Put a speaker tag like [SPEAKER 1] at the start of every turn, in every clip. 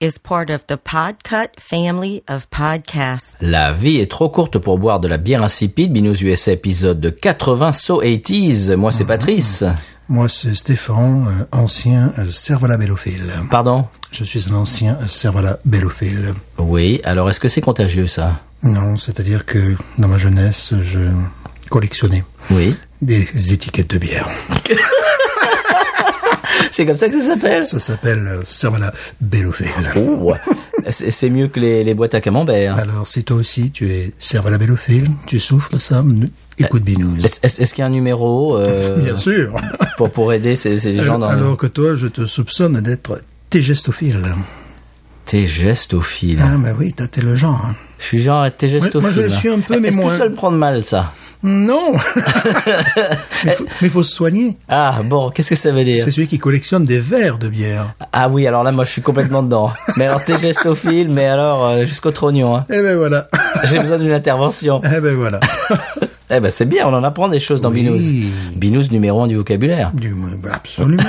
[SPEAKER 1] is part of the Podcut family of podcasts.
[SPEAKER 2] La vie est trop courte pour boire de la bière insipide. Binous USA épisode de 80 So 80s. Moi, c'est Patrice.
[SPEAKER 3] Moi, c'est Stéphane, euh, ancien euh, cervalabellophile.
[SPEAKER 2] Pardon
[SPEAKER 3] Je suis un ancien euh, cervalabellophile.
[SPEAKER 2] Oui, alors est-ce que c'est contagieux ça
[SPEAKER 3] Non, c'est-à-dire que dans ma jeunesse, je collectionnais
[SPEAKER 2] Oui.
[SPEAKER 3] des étiquettes de bière.
[SPEAKER 2] C'est comme ça que ça s'appelle
[SPEAKER 3] Ça s'appelle euh, cervalabellophile.
[SPEAKER 2] Ouh. C'est c'est mieux que les, les boîtes à camembert.
[SPEAKER 3] Alors, si toi aussi, tu es cervalabellophile, tu souffres de ça, n- écoute Binous.
[SPEAKER 2] Est-ce est-ce- est-ce qu'il y a un numéro euh,
[SPEAKER 3] Bien sûr.
[SPEAKER 2] pour, pour aider ces, ces gens dans
[SPEAKER 3] Alors que toi, je te soupçonne d'être tégestophile.
[SPEAKER 2] T'es gestophile.
[SPEAKER 3] Ah, bah oui, t'as t'es le genre. hein.
[SPEAKER 2] Je suis genre, t'es gestophile.
[SPEAKER 3] moi, hein. je le suis un peu, mais
[SPEAKER 2] Est-ce que
[SPEAKER 3] moins.
[SPEAKER 2] je dois le prendre mal, ça
[SPEAKER 3] Non Mais faut- mais faut se soigner.
[SPEAKER 2] Ah, bon, qu'est-ce que ça veut dire
[SPEAKER 3] C'est celui qui collectionne des verres de bière.
[SPEAKER 2] Ah oui, alors là, moi, je suis complètement dedans. Mais alors, t'es gestophile, mais alors, euh, jusqu'au trognon. Hein.
[SPEAKER 3] Eh ben voilà.
[SPEAKER 2] J'ai besoin d'une intervention.
[SPEAKER 3] Eh ben voilà.
[SPEAKER 2] Eh ben, c'est bien, on en apprend des choses dans
[SPEAKER 3] Oui.
[SPEAKER 2] Binous. Binous numéro un du vocabulaire.
[SPEAKER 3] Du moins, bah, absolument.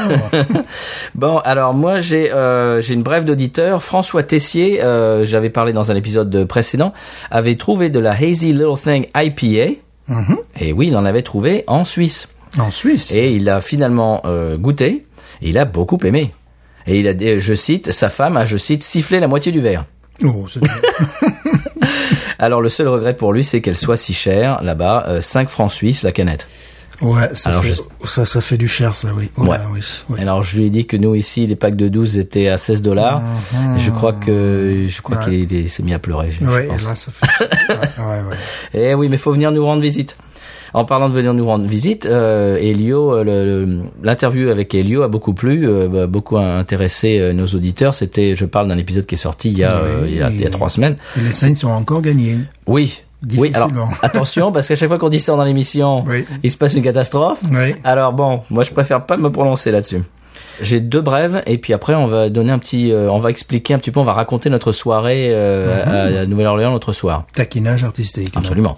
[SPEAKER 2] Bon, alors moi j'ai euh, j'ai une brève d'auditeur. François Tessier, euh, j'avais parlé dans un épisode précédent, avait trouvé de la Hazy Little Thing IPA.
[SPEAKER 3] Mm-hmm.
[SPEAKER 2] Et oui, il en avait trouvé en Suisse.
[SPEAKER 3] En Suisse.
[SPEAKER 2] Et il a finalement euh, goûté. Et il a beaucoup aimé. Et il a, dit, je cite, sa femme a, je cite, sifflé la moitié du verre.
[SPEAKER 3] Oh, c'est
[SPEAKER 2] Alors le seul regret pour lui, c'est qu'elle soit si chère là-bas, euh, 5 francs suisses la canette.
[SPEAKER 3] Ouais, ça,
[SPEAKER 2] Alors,
[SPEAKER 3] fait...
[SPEAKER 2] je-
[SPEAKER 3] oh, ça, ça fait du cher, ça, oui. Oh là,
[SPEAKER 2] Ouais.
[SPEAKER 3] oui. oui.
[SPEAKER 2] Alors je lui ai dit que nous ici les packs de 12 étaient à 16 dollars. Je crois que je crois
[SPEAKER 3] Mhm. Ouais.
[SPEAKER 2] qu'il est- s'est mis à pleurer. je- je
[SPEAKER 3] Ouais, et
[SPEAKER 2] pense.
[SPEAKER 3] là, ça fait. ouais, ouais, ouais.
[SPEAKER 2] Eh oui, mais faut venir nous rendre visite. En parlant de venir nous rendre visite, euh, Elio, euh, le- le- l'interview avec Elio a beaucoup plu, euh, bah, beaucoup a intéressé euh, nos auditeurs. C'était, je parle d'un épisode qui est sorti il y a,
[SPEAKER 3] Oui.
[SPEAKER 2] euh, il y a, il y a trois semaines.
[SPEAKER 3] Et les Saints ont encore gagné.
[SPEAKER 2] Oui. Oui, alors
[SPEAKER 3] Difficilement.
[SPEAKER 2] attention parce qu'à chaque fois qu'on dit ça dans l'émission,
[SPEAKER 3] Oui.
[SPEAKER 2] il se passe une catastrophe.
[SPEAKER 3] Oui.
[SPEAKER 2] Alors bon, moi je préfère pas me prononcer là-dessus. J'ai deux brèves et puis après on va donner un petit, euh, on va expliquer un petit peu, on va raconter notre soirée euh,
[SPEAKER 3] Ah.
[SPEAKER 2] à- à Nouvelle-Orléans l'autre soir.
[SPEAKER 3] Taquinage artistique.
[SPEAKER 2] Absolument.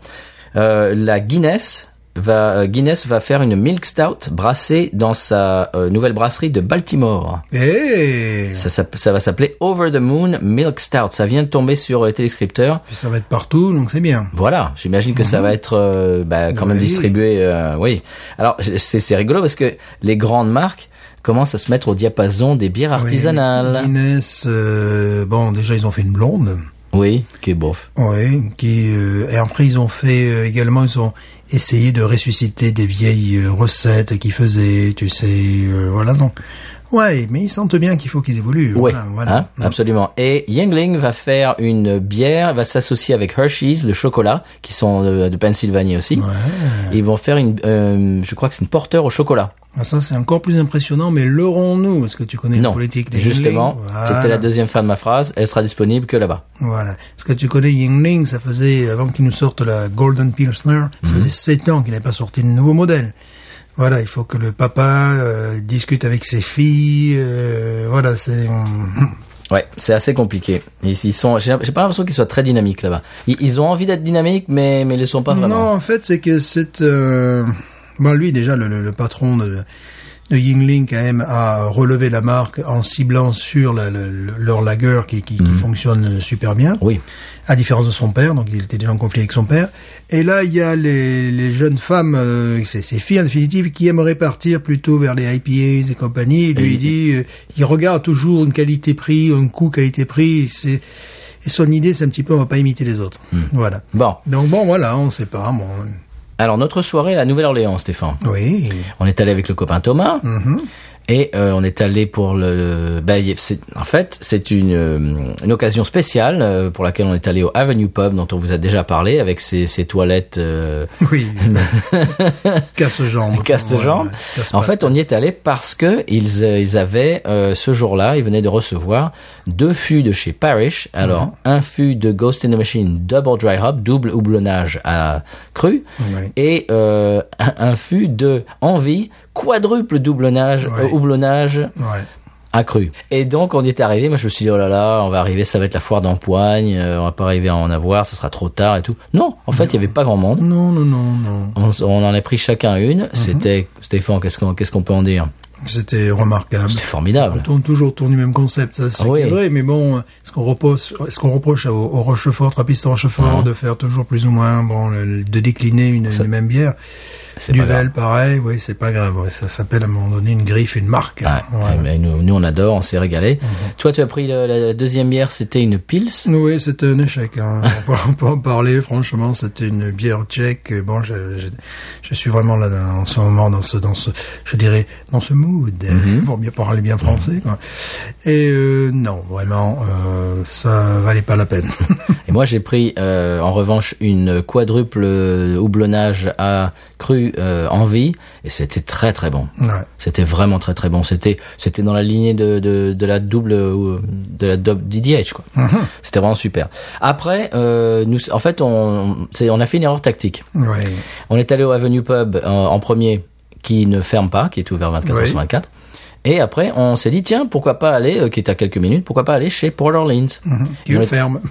[SPEAKER 2] Euh, la Guinness va euh, Guinness va faire une milk stout brassée dans sa euh, nouvelle brasserie de Baltimore.
[SPEAKER 3] Et
[SPEAKER 2] Ça, s'app- ça va s'appeler Over the Moon Milk Stout. Ça vient de tomber sur les téléscripteurs.
[SPEAKER 3] puis ça va être partout, donc c'est bien.
[SPEAKER 2] Voilà, j'imagine que ça va être euh, bah, quand même
[SPEAKER 3] Mmh. Oui.
[SPEAKER 2] distribué. euh, oui. Alors j- c'est c'est rigolo parce que les grandes marques commencent à se mettre au diapason des bières
[SPEAKER 3] Oui,
[SPEAKER 2] artisanales.
[SPEAKER 3] Guinness, euh, bon, déjà, ils ont fait une blonde.
[SPEAKER 2] Oui, qui est bof.
[SPEAKER 3] Oui, qui euh, et après ils ont fait euh, également ils ont essayé de ressusciter des vieilles euh, recettes qu'ils faisaient, tu sais, euh, voilà donc. Ouais, mais ils sentent bien qu'il faut qu'ils évoluent.
[SPEAKER 2] Ouais,
[SPEAKER 3] voilà, voilà. Mm.
[SPEAKER 2] hein, absolument. Et Yingling va faire une bière, va s'associer avec Hershey's, le chocolat, qui sont de, de Pennsylvanie aussi. Et Ils vont faire une, euh, je crois que c'est une porteur au chocolat.
[SPEAKER 3] Ah, ça c'est encore plus impressionnant, mais l'aurons-nous Est-ce que tu connais
[SPEAKER 2] non,
[SPEAKER 3] la politique des
[SPEAKER 2] justement,
[SPEAKER 3] Yuengling Voilà.
[SPEAKER 2] c'était la deuxième fin de ma phrase. Elle sera disponible que là-bas.
[SPEAKER 3] Voilà. Est-ce que tu connais Yingling Ça faisait avant qu'ils nous sortent la Golden Pilsner,
[SPEAKER 2] Mhm.
[SPEAKER 3] ça faisait sept ans qu'il n'avait pas sorti de nouveau modèle. Voilà, il faut que le papa euh, discute avec ses filles. euh, voilà, c'est.
[SPEAKER 2] Ouais, c'est assez compliqué. Ils, ils sont, j'ai j'ai pas l'impression qu'ils soient très dynamiques là-bas. Ils, ils ont envie d'être dynamiques, mais mais ils le sont pas
[SPEAKER 3] Non,
[SPEAKER 2] vraiment.
[SPEAKER 3] en fait, c'est que c'est... Euh... Bon, lui, déjà, le, le- le patron de, de Yingling, quand même, a relevé la marque en ciblant sur la- le- le- leur lager qui, qui, qui fonctionne super bien,
[SPEAKER 2] Oui.
[SPEAKER 3] à différence de son père, donc il était déjà en conflit avec son père. Et là, il y a les, les jeunes femmes, euh, ses, ses filles en définitive, qui aimeraient partir plutôt vers les IPAs et compagnie. Et lui, il dit, euh, il regarde toujours une qualité-prix, un coût qualité-prix. c'est- Et son idée, c'est un petit peu, on va pas imiter les autres. Voilà.
[SPEAKER 2] Bon.
[SPEAKER 3] Donc bon, voilà, on sait pas. Bon.
[SPEAKER 2] Alors notre soirée à la Nouvelle-Orléans, Stéphane.
[SPEAKER 3] Oui. mhm,
[SPEAKER 2] On est allé avec le copain Thomas. Et euh, on est allé pour le. Ben, y- c'est- en fait, c'est une, euh, une occasion spéciale euh, pour laquelle on est allé au Avenue Pub dont on vous a déjà parlé avec ses, ses toilettes. euh,
[SPEAKER 3] Oui. Casse-jambes.
[SPEAKER 2] Casse-jambes.
[SPEAKER 3] Ouais, casse
[SPEAKER 2] En
[SPEAKER 3] pas.
[SPEAKER 2] fait, on y est allé parce que ils, euh, ils avaient euh, ce jour-là, ils venaient de recevoir deux fûts de chez Parrish. Alors, un fût de Ghost in the Machine Double Dry Hop, double houblonnage à cru,
[SPEAKER 3] Oui.
[SPEAKER 2] et euh, un, un fût de Envie quadruple doublonnage,
[SPEAKER 3] Ouais.
[SPEAKER 2] euh, houblonnage
[SPEAKER 3] Ouais.
[SPEAKER 2] à cru. Et donc, on y est arrivé. Moi, je me suis dit, oh là là, on va arriver, ça va être la foire d'empoigne, euh, on va pas arriver à en avoir, ça sera trop tard et tout. Non, en fait, il y avait pas grand monde.
[SPEAKER 3] Non, non, non, non.
[SPEAKER 2] On, s- on en a pris chacun une. C'était Stéphane. Qu'est-ce qu'on qu'est-ce qu'on peut en dire
[SPEAKER 3] C'était remarquable.
[SPEAKER 2] C'était formidable.
[SPEAKER 3] On tourne toujours autour du même concept, ça c'est
[SPEAKER 2] Ah oui.
[SPEAKER 3] vrai, mais bon, ce qu'on repose, ce qu'on reproche au, au Rochefort, trappiste au Rochefort, de faire toujours plus ou moins, bon, le- de décliner une, une même bière,
[SPEAKER 2] C'est pas grave.
[SPEAKER 3] Duvel, pareil, oui, c'est pas grave, ouais, ça s'appelle à un moment donné une griffe, une marque.
[SPEAKER 2] Ah,
[SPEAKER 3] Voilà.
[SPEAKER 2] mais nous, nous, on adore, on s'est régalé. Toi, tu as pris le- la, la deuxième bière, c'était une Pils.
[SPEAKER 3] Oui, c'était un échec. hein. on, peut, on peut en parler. Franchement, c'était une bière tchèque. Bon, je, je, je suis vraiment là dans, en ce moment dans ce, dans ce, je dirais, dans ce mood.
[SPEAKER 2] Mhm.
[SPEAKER 3] Pour mieux parler bien français. Quoi. Et euh, non, vraiment, euh, ça valait pas la peine.
[SPEAKER 2] Et moi, j'ai pris euh, en revanche une quadruple euh, houblonnage à cru euh, envie, et c'était très très bon.
[SPEAKER 3] ouais.
[SPEAKER 2] C'était vraiment très très bon. C'était c'était dans la lignée de, de, de la double euh, de la double DDH quoi. C'était vraiment super. Après, euh, nous, en fait, on c'est- on a fait une erreur tactique.
[SPEAKER 3] Ouais.
[SPEAKER 2] On est allé au Avenue Pub euh, en premier, qui ne ferme pas, qui est ouvert 24 h sur
[SPEAKER 3] Oui.
[SPEAKER 2] 24. Et après, on s'est dit, tiens, pourquoi pas aller, euh, qui est à quelques minutes, pourquoi pas aller chez Port Orleans
[SPEAKER 3] Dieu
[SPEAKER 2] Ouais.
[SPEAKER 3] ferme.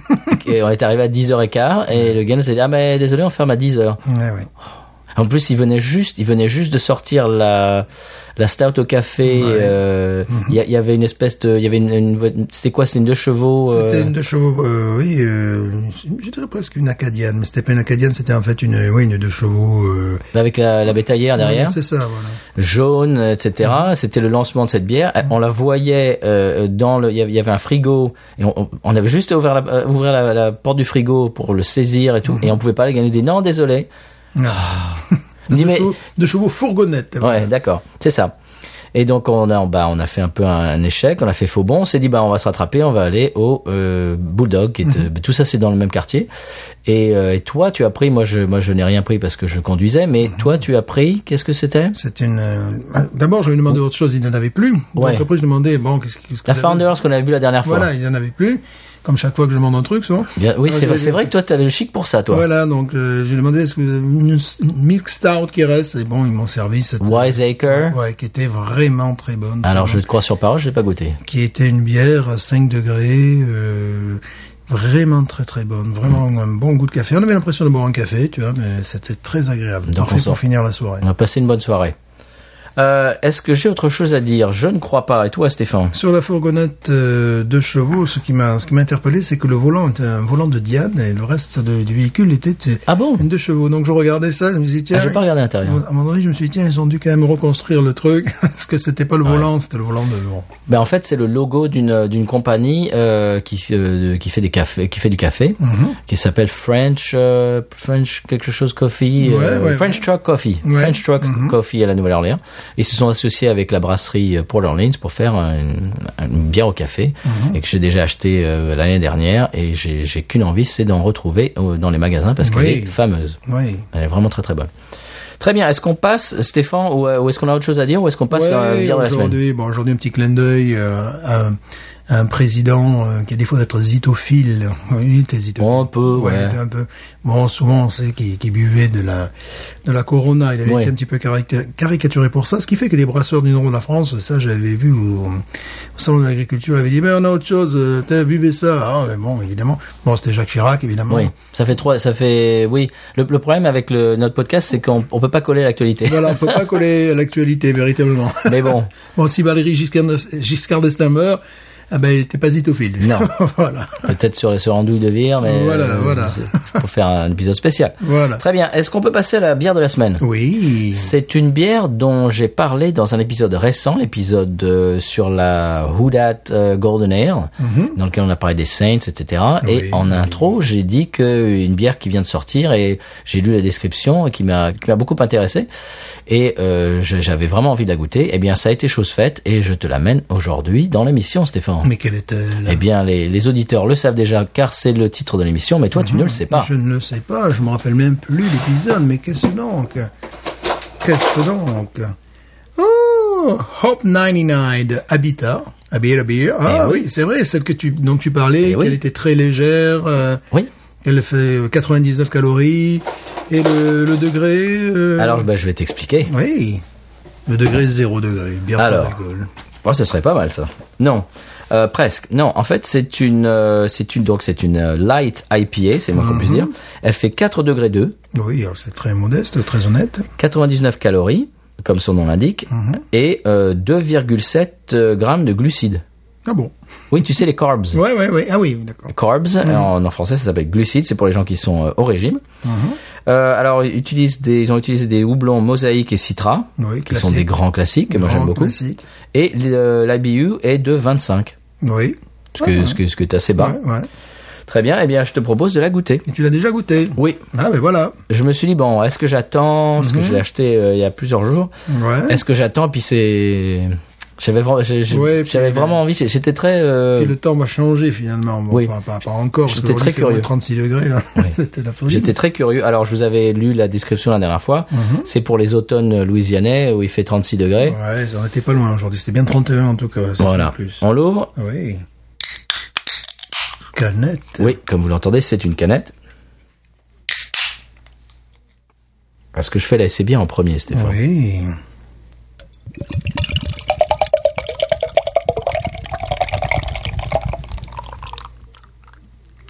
[SPEAKER 2] Et on est arrivé à 10h15, et le gars nous a dit, ah mais désolé, on ferme à 10h.
[SPEAKER 3] ouais, ouais.
[SPEAKER 2] En plus, il venait juste, il venait juste de sortir la, la stout au café, euh, il y a- il y, avait une espèce de, il y avait une, une voie- c'était quoi, c'était une deux chevaux, euh,
[SPEAKER 3] C'était une deux chevaux, euh, oui, euh, je dirais presque une acadienne, mais c'était pas une acadienne, c'était en fait une, oui, une deux chevaux. Euh,
[SPEAKER 2] avec la, la bétaillère derrière.
[SPEAKER 3] C'est Mhm. ça, voilà.
[SPEAKER 2] jaune, etc. C'était le lancement de cette bière.
[SPEAKER 3] Mhm.
[SPEAKER 2] On la voyait euh, dans le. Il y avait- il y avait un frigo. Et on, on avait juste ouvert la, euh, ouvrir la, la porte du frigo pour le saisir et tout.
[SPEAKER 3] Mhm.
[SPEAKER 2] Et on pouvait pas la gagner. Dit non, désolé. Il dit,
[SPEAKER 3] deux,
[SPEAKER 2] mais-
[SPEAKER 3] chevaux, deux chevaux fourgonnettes.
[SPEAKER 2] Ouais, d'accord. C'est ça. Et donc on a, bah, on a fait un peu un échec. On a fait faux bon. On s'est dit bah on va se rattraper. On va aller au euh, Bulldog. Qui est, euh, tout ça c'est dans le même quartier. Et, euh, et toi tu as pris. Moi je, moi je n'ai rien pris parce que je conduisais. Mais toi tu as pris. Qu'est-ce que c'était
[SPEAKER 3] C'est une. euh, ah, D'abord, je lui ai demandé autre chose, il n'en avait plus. Donc
[SPEAKER 2] Ouais.
[SPEAKER 3] après, je demandais bon, qu'est-ce que- qu'est-ce que
[SPEAKER 2] La
[SPEAKER 3] vous avez
[SPEAKER 2] Founders qu'on avait vu la dernière fois.
[SPEAKER 3] Voilà, il n'en avait plus. Comme chaque fois que je demande un truc, souvent.
[SPEAKER 2] Bien, oui,
[SPEAKER 3] Ah,
[SPEAKER 2] c'est
[SPEAKER 3] j'ai-
[SPEAKER 2] vrai, c'est vrai que toi, t'as le chic pour ça, toi.
[SPEAKER 3] Voilà, donc euh, je lui ai demandé est-ce que vous avez une, une milk stout qui reste Et bon, ils m'ont servi cette.
[SPEAKER 2] Wiseacre.
[SPEAKER 3] Ouais, qui était vraiment très bonne.
[SPEAKER 2] Alors, je
[SPEAKER 3] Vraiment.
[SPEAKER 2] te crois sur parole, je l'ai pas goûté.
[SPEAKER 3] Qui était une bière à 5 degrés, euh, vraiment très très bonne, vraiment un bon goût de café. On avait l'impression de boire un café, tu vois, mais c'était très agréable.
[SPEAKER 2] Donc, on
[SPEAKER 3] Parfait
[SPEAKER 2] sort.
[SPEAKER 3] pour finir la soirée.
[SPEAKER 2] On a passé une bonne soirée. Euh, Est-ce que j'ai autre chose à dire Je ne crois pas. Et toi, Stéphane
[SPEAKER 3] Sur la fourgonnette euh, de chevaux, ce qui m'a ce qui m'a interpellé, c'est que le volant était un volant de Diane et le reste de- du véhicule était euh,
[SPEAKER 2] Ah bon
[SPEAKER 3] une de chevaux. Donc je regardais ça, je me disais
[SPEAKER 2] ah,
[SPEAKER 3] tiens.
[SPEAKER 2] J'ai pas regardé à
[SPEAKER 3] à
[SPEAKER 2] l'intérieur.
[SPEAKER 3] un moment donné, je me suis dit, tiens, ils ont dû quand même reconstruire le truc, parce que c'était pas le volant, c'était le volant de bon.
[SPEAKER 2] Ben en fait, c'est le logo d'une d'une compagnie euh, qui euh, qui fait des cafés, qui fait du café,
[SPEAKER 3] Mhm.
[SPEAKER 2] qui s'appelle French euh, French quelque chose coffee,
[SPEAKER 3] Ouais,
[SPEAKER 2] euh,
[SPEAKER 3] ouais,
[SPEAKER 2] French Truck Coffee,
[SPEAKER 3] Ouais. Mhm.
[SPEAKER 2] French Truck Coffee à la Nouvelle-Orléans. Ils se sont associés avec la brasserie euh, Port Orleans pour faire une, une bière au café
[SPEAKER 3] Mhm.
[SPEAKER 2] et que j'ai déjà acheté euh, l'année dernière et j'ai j'ai qu'une envie, c'est d'en retrouver euh, dans les magasins parce qu'elle
[SPEAKER 3] Oui.
[SPEAKER 2] est fameuse.
[SPEAKER 3] Oui.
[SPEAKER 2] Elle est vraiment très très bonne. Très bien. Est-ce qu'on passe, Stéphane, ou, euh, ou est-ce qu'on a autre chose à dire, ou est-ce qu'on passe euh, à la
[SPEAKER 3] Ouais,
[SPEAKER 2] bière de la semaine
[SPEAKER 3] aujourd'hui, bon, aujourd'hui, un petit clin d'œil euh, à, un- à un président euh, qui a des fois d'être zitophile. Oui, il était zitophile.
[SPEAKER 2] Un peu,
[SPEAKER 3] Ouais,
[SPEAKER 2] ouais.
[SPEAKER 3] il était un peu. Bon, souvent, on sait qu'il qu'il buvait de la de la Corona. Il avait
[SPEAKER 2] Ouais.
[SPEAKER 3] été un petit peu caractér- caricaturé pour ça, ce qui fait que les brasseurs du nord de la France, ça, j'avais vu au, au salon de l'agriculture, avaient dit, mais on a autre chose, euh, t'as buvez ça. Ah, mais bon, évidemment. Bon, c'était Jacques Chirac, évidemment.
[SPEAKER 2] Oui, ça fait trois, ça fait oui. Le, le problème avec le, notre podcast, c'est qu'on on peut pas coller à l'actualité.
[SPEAKER 3] Voilà, on peut pas coller à l'actualité, véritablement.
[SPEAKER 2] Mais bon,
[SPEAKER 3] Bon, si Valérie Giscard, d'Est- Giscard d'Estaing meurt, Ah ben, il n'était pas zitophile. lui.
[SPEAKER 2] Non.
[SPEAKER 3] voilà.
[SPEAKER 2] Peut-être sur, sur Andouille de Vire, mais.
[SPEAKER 3] Voilà, voilà.
[SPEAKER 2] c'est Pour faire un épisode spécial.
[SPEAKER 3] Voilà.
[SPEAKER 2] Très bien. Est-ce qu'on peut passer à la bière de la semaine
[SPEAKER 3] Oui.
[SPEAKER 2] C'est une bière dont j'ai parlé dans un épisode récent, l'épisode euh, sur la Houdat euh, Golden Ale, dans lequel on a parlé des Saints, etc.
[SPEAKER 3] Mhm. Oui.
[SPEAKER 2] Et en intro, j'ai dit qu'une bière qui vient de sortir, et j'ai lu la description et qui m'a qui m'a beaucoup intéressé, et euh, je- j'avais vraiment envie de la goûter. Eh bien, ça a été chose faite, et je te l'amène aujourd'hui dans l'émission, Stéphane.
[SPEAKER 3] Mais quelle euh, est-elle
[SPEAKER 2] Eh bien, les, les auditeurs le savent déjà, car c'est le titre de l'émission, mais toi, tu ne le sais pas.
[SPEAKER 3] Mhm. Je ne le sais pas, je me rappelle même plus l'épisode, mais qu'est-ce donc Qu'est-ce donc Oh Hope 99 de Habitat. Habitat, Habitat. Ah
[SPEAKER 2] Eh oui.
[SPEAKER 3] oui, c'est vrai, celle que tu, dont tu parlais,
[SPEAKER 2] Eh oui.
[SPEAKER 3] qu'elle était très légère. euh,
[SPEAKER 2] Oui
[SPEAKER 3] Elle fait 99 calories. Et le, le degré euh,
[SPEAKER 2] Alors, bah, je vais t'expliquer.
[SPEAKER 3] Oui. Le degré, zéro degré. Bien
[SPEAKER 2] Alors.
[SPEAKER 3] sans alcool.
[SPEAKER 2] Oh, ce serait pas mal ça. Non, Euh, presque. Non, en fait, c'est une, euh, c'est une, donc c'est une euh, light IPA, c'est le moins qu'on
[SPEAKER 3] Mhm.
[SPEAKER 2] puisse dire. Elle fait 4 degrés 2,
[SPEAKER 3] Oui, alors c'est très modeste, très honnête.
[SPEAKER 2] 99 calories, comme son nom l'indique,
[SPEAKER 3] Mhm.
[SPEAKER 2] et euh, 2,7 euh, grammes de glucides.
[SPEAKER 3] Ah bon
[SPEAKER 2] Oui, tu sais les carbs.
[SPEAKER 3] Ouais, Mhm. ouais, ouais. Ah oui, d'accord.
[SPEAKER 2] Carbs, en, en français ça s'appelle glucides, c'est pour les gens qui sont euh, au régime.
[SPEAKER 3] Mhm.
[SPEAKER 2] Euh, alors ils utilisent des, ils ont utilisé des houblons mosaïque et citra,
[SPEAKER 3] Oui,
[SPEAKER 2] qui sont
[SPEAKER 3] classique.
[SPEAKER 2] des grands classiques que moi j'aime
[SPEAKER 3] Grand
[SPEAKER 2] beaucoup.
[SPEAKER 3] classique.
[SPEAKER 2] Et euh, l'IBU est de 25,
[SPEAKER 3] Oui.
[SPEAKER 2] ce que, ce que, ce que t'as assez bas.
[SPEAKER 3] Ouais, ouais.
[SPEAKER 2] Très bien, eh bien je te propose de la goûter.
[SPEAKER 3] Et tu l'as déjà goûté
[SPEAKER 2] Oui,
[SPEAKER 3] Ah ben voilà.
[SPEAKER 2] je me suis dit bon, est-ce que j'attends Parce que je l'ai acheté euh, il y a plusieurs jours.
[SPEAKER 3] Mhm. Ouais.
[SPEAKER 2] Est-ce que j'attends Puis c'est, j'avais vraiment, j'ai- j'ai-
[SPEAKER 3] Ouais, puis-
[SPEAKER 2] j'avais vraiment envie. J'étais très, euh,
[SPEAKER 3] Et le temps va changer finalement. Bon,
[SPEAKER 2] Oui.
[SPEAKER 3] pas, pas- pas encore. parce
[SPEAKER 2] J'étais
[SPEAKER 3] qu'aujourd'hui,
[SPEAKER 2] très
[SPEAKER 3] il fait moins
[SPEAKER 2] curieux.
[SPEAKER 3] 36 degrés là.
[SPEAKER 2] Oui.
[SPEAKER 3] C'était la folie.
[SPEAKER 2] j'étais très curieux. Alors je vous avais lu la description la dernière fois. C'est pour les automnes louisianais où il fait 36 degrés.
[SPEAKER 3] Mhm. Ouais, ça n'en était pas loin aujourd'hui. C'était bien 31 en tout cas. ça,
[SPEAKER 2] voilà.
[SPEAKER 3] c'est Plus.
[SPEAKER 2] On l'ouvre.
[SPEAKER 3] Oui. Canette.
[SPEAKER 2] Oui, comme vous l'entendez, c'est une canette. Parce que je fais la SC bien en premier, Stéphane.
[SPEAKER 3] Oui.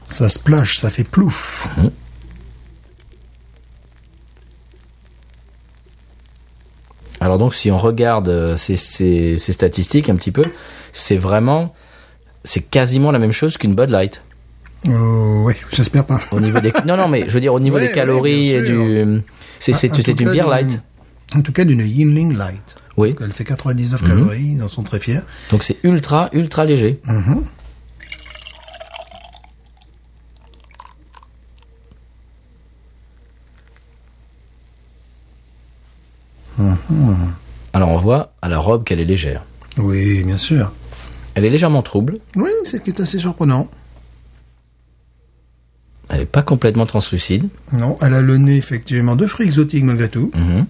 [SPEAKER 3] Ça splash, ça fait plouf.
[SPEAKER 2] Alors donc, si on regarde euh, ces, ces- ces statistiques un petit peu, c'est vraiment, c'est quasiment la même chose qu'une Bud Light.
[SPEAKER 3] Oh, oui, j'espère pas.
[SPEAKER 2] Au niveau des, non non, mais je veux dire au niveau
[SPEAKER 3] Ouais,
[SPEAKER 2] des calories
[SPEAKER 3] ouais,
[SPEAKER 2] et
[SPEAKER 3] bien sûr.
[SPEAKER 2] du, c'est c'est
[SPEAKER 3] Ah, En
[SPEAKER 2] c'est
[SPEAKER 3] tout
[SPEAKER 2] une
[SPEAKER 3] cas,
[SPEAKER 2] bière
[SPEAKER 3] d'une-
[SPEAKER 2] light.
[SPEAKER 3] En tout cas, d'une Yingling Light.
[SPEAKER 2] Oui. Mhm.
[SPEAKER 3] Parce qu'elle fait 99 calories, ils en sont très fiers.
[SPEAKER 2] Donc c'est ultra ultra léger.
[SPEAKER 3] Mhm.
[SPEAKER 2] Mhm. Alors on voit à la robe qu'elle est légère.
[SPEAKER 3] Oui, bien sûr.
[SPEAKER 2] Elle est légèrement trouble.
[SPEAKER 3] Oui, c'est ce qui est assez surprenant.
[SPEAKER 2] Elle n'est pas complètement translucide.
[SPEAKER 3] Non, elle a le nez effectivement de fruits exotiques malgré tout.
[SPEAKER 2] Mhm.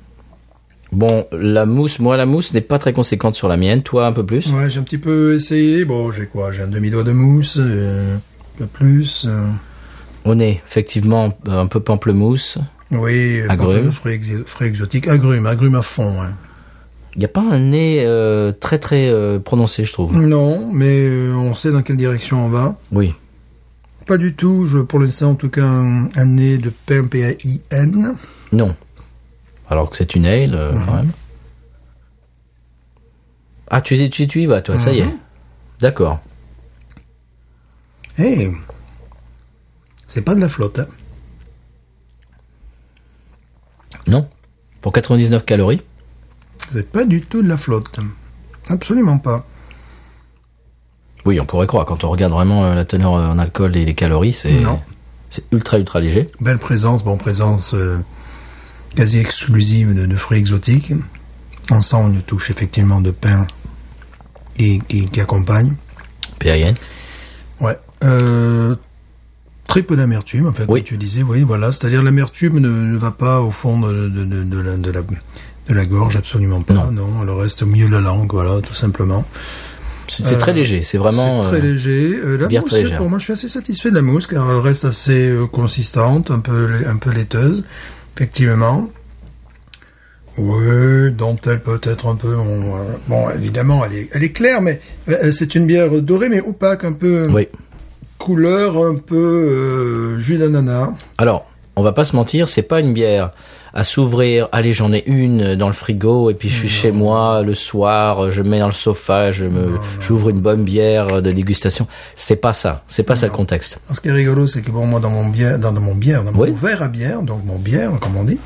[SPEAKER 2] Bon, la mousse, moi la mousse n'est pas très conséquente sur la mienne. Toi un peu plus.
[SPEAKER 3] Ouais, j'ai un petit peu essayé. Bon, j'ai quoi J'ai un demi-doigt de mousse, euh, un peu plus. euh,
[SPEAKER 2] Au nez, effectivement euh, un peu pamplemousse.
[SPEAKER 3] oui, euh,
[SPEAKER 2] Agrumes.
[SPEAKER 3] un peu fruits, exi- fruits exotiques, agrumes, agrumes à fond. hein.
[SPEAKER 2] Il n'y a pas un nez euh, très très euh, prononcé, je
[SPEAKER 3] Mm.
[SPEAKER 2] trouve.
[SPEAKER 3] Non, mais euh, on sait dans quelle direction on va.
[SPEAKER 2] Oui.
[SPEAKER 3] Pas du tout, je, pour l'instant en tout cas, un, un nez de pain, P-A-I-N.
[SPEAKER 2] Non. Alors que c'est une ale, euh,
[SPEAKER 3] Mm-hmm.
[SPEAKER 2] quand même. Ah, tu, tu, tu y vas, toi, ça y
[SPEAKER 3] Mm-hmm.
[SPEAKER 2] est. D'accord.
[SPEAKER 3] Eh C'est pas de la flotte, hein.
[SPEAKER 2] Non. Pour 99 calories.
[SPEAKER 3] C'est pas du tout de la flotte. Absolument pas.
[SPEAKER 2] Oui, on pourrait croire. Quand on regarde vraiment euh, la teneur euh, en alcool et les calories, c'est
[SPEAKER 3] Non.
[SPEAKER 2] c'est ultra, ultra léger.
[SPEAKER 3] Belle présence, bon présence euh, quasi exclusive de, de fruits exotiques. On sent une touche effectivement de pain qui, qui, qui accompagne.
[SPEAKER 2] PIN.
[SPEAKER 3] Ouais. Euh, très peu d'amertume, en fait,
[SPEAKER 2] Oui.
[SPEAKER 3] comme tu disais, oui, voilà. C'est-à-dire l'amertume ne, ne va pas au fond de, de, de, de la, de, la, de la gorge, absolument pas. Non. elle reste au milieu de la langue, voilà, tout simplement.
[SPEAKER 2] C'est c'est très léger. C'est vraiment...
[SPEAKER 3] Euh, C'est très
[SPEAKER 2] euh,
[SPEAKER 3] léger. Euh, la
[SPEAKER 2] bière
[SPEAKER 3] mousse,
[SPEAKER 2] très légère.
[SPEAKER 3] pour moi, je suis assez satisfait de la mousse car elle reste assez euh, consistante, un peu, un peu laiteuse, effectivement. Ouais, dentelle peut-être un peu. on, euh, bon, évidemment, elle est, elle est claire, mais euh, c'est une bière dorée mais opaque, un peu
[SPEAKER 2] Oui.
[SPEAKER 3] couleur, un peu euh, jus d'ananas.
[SPEAKER 2] Alors, on va pas se mentir, c'est pas une bière à s'ouvrir. Allez, j'en ai une dans le frigo et puis je suis chez moi le soir, je me mets dans le sofa, je me, j'ouvre une bonne bière de dégustation. C'est pas ça. C'est pas ça le contexte.
[SPEAKER 3] Alors, Ce qui est rigolo, c'est que bon, moi, dans mon bière, dans, dans mon bière, dans mon
[SPEAKER 2] Oui.
[SPEAKER 3] verre à bière, donc mon bière, comme on dit,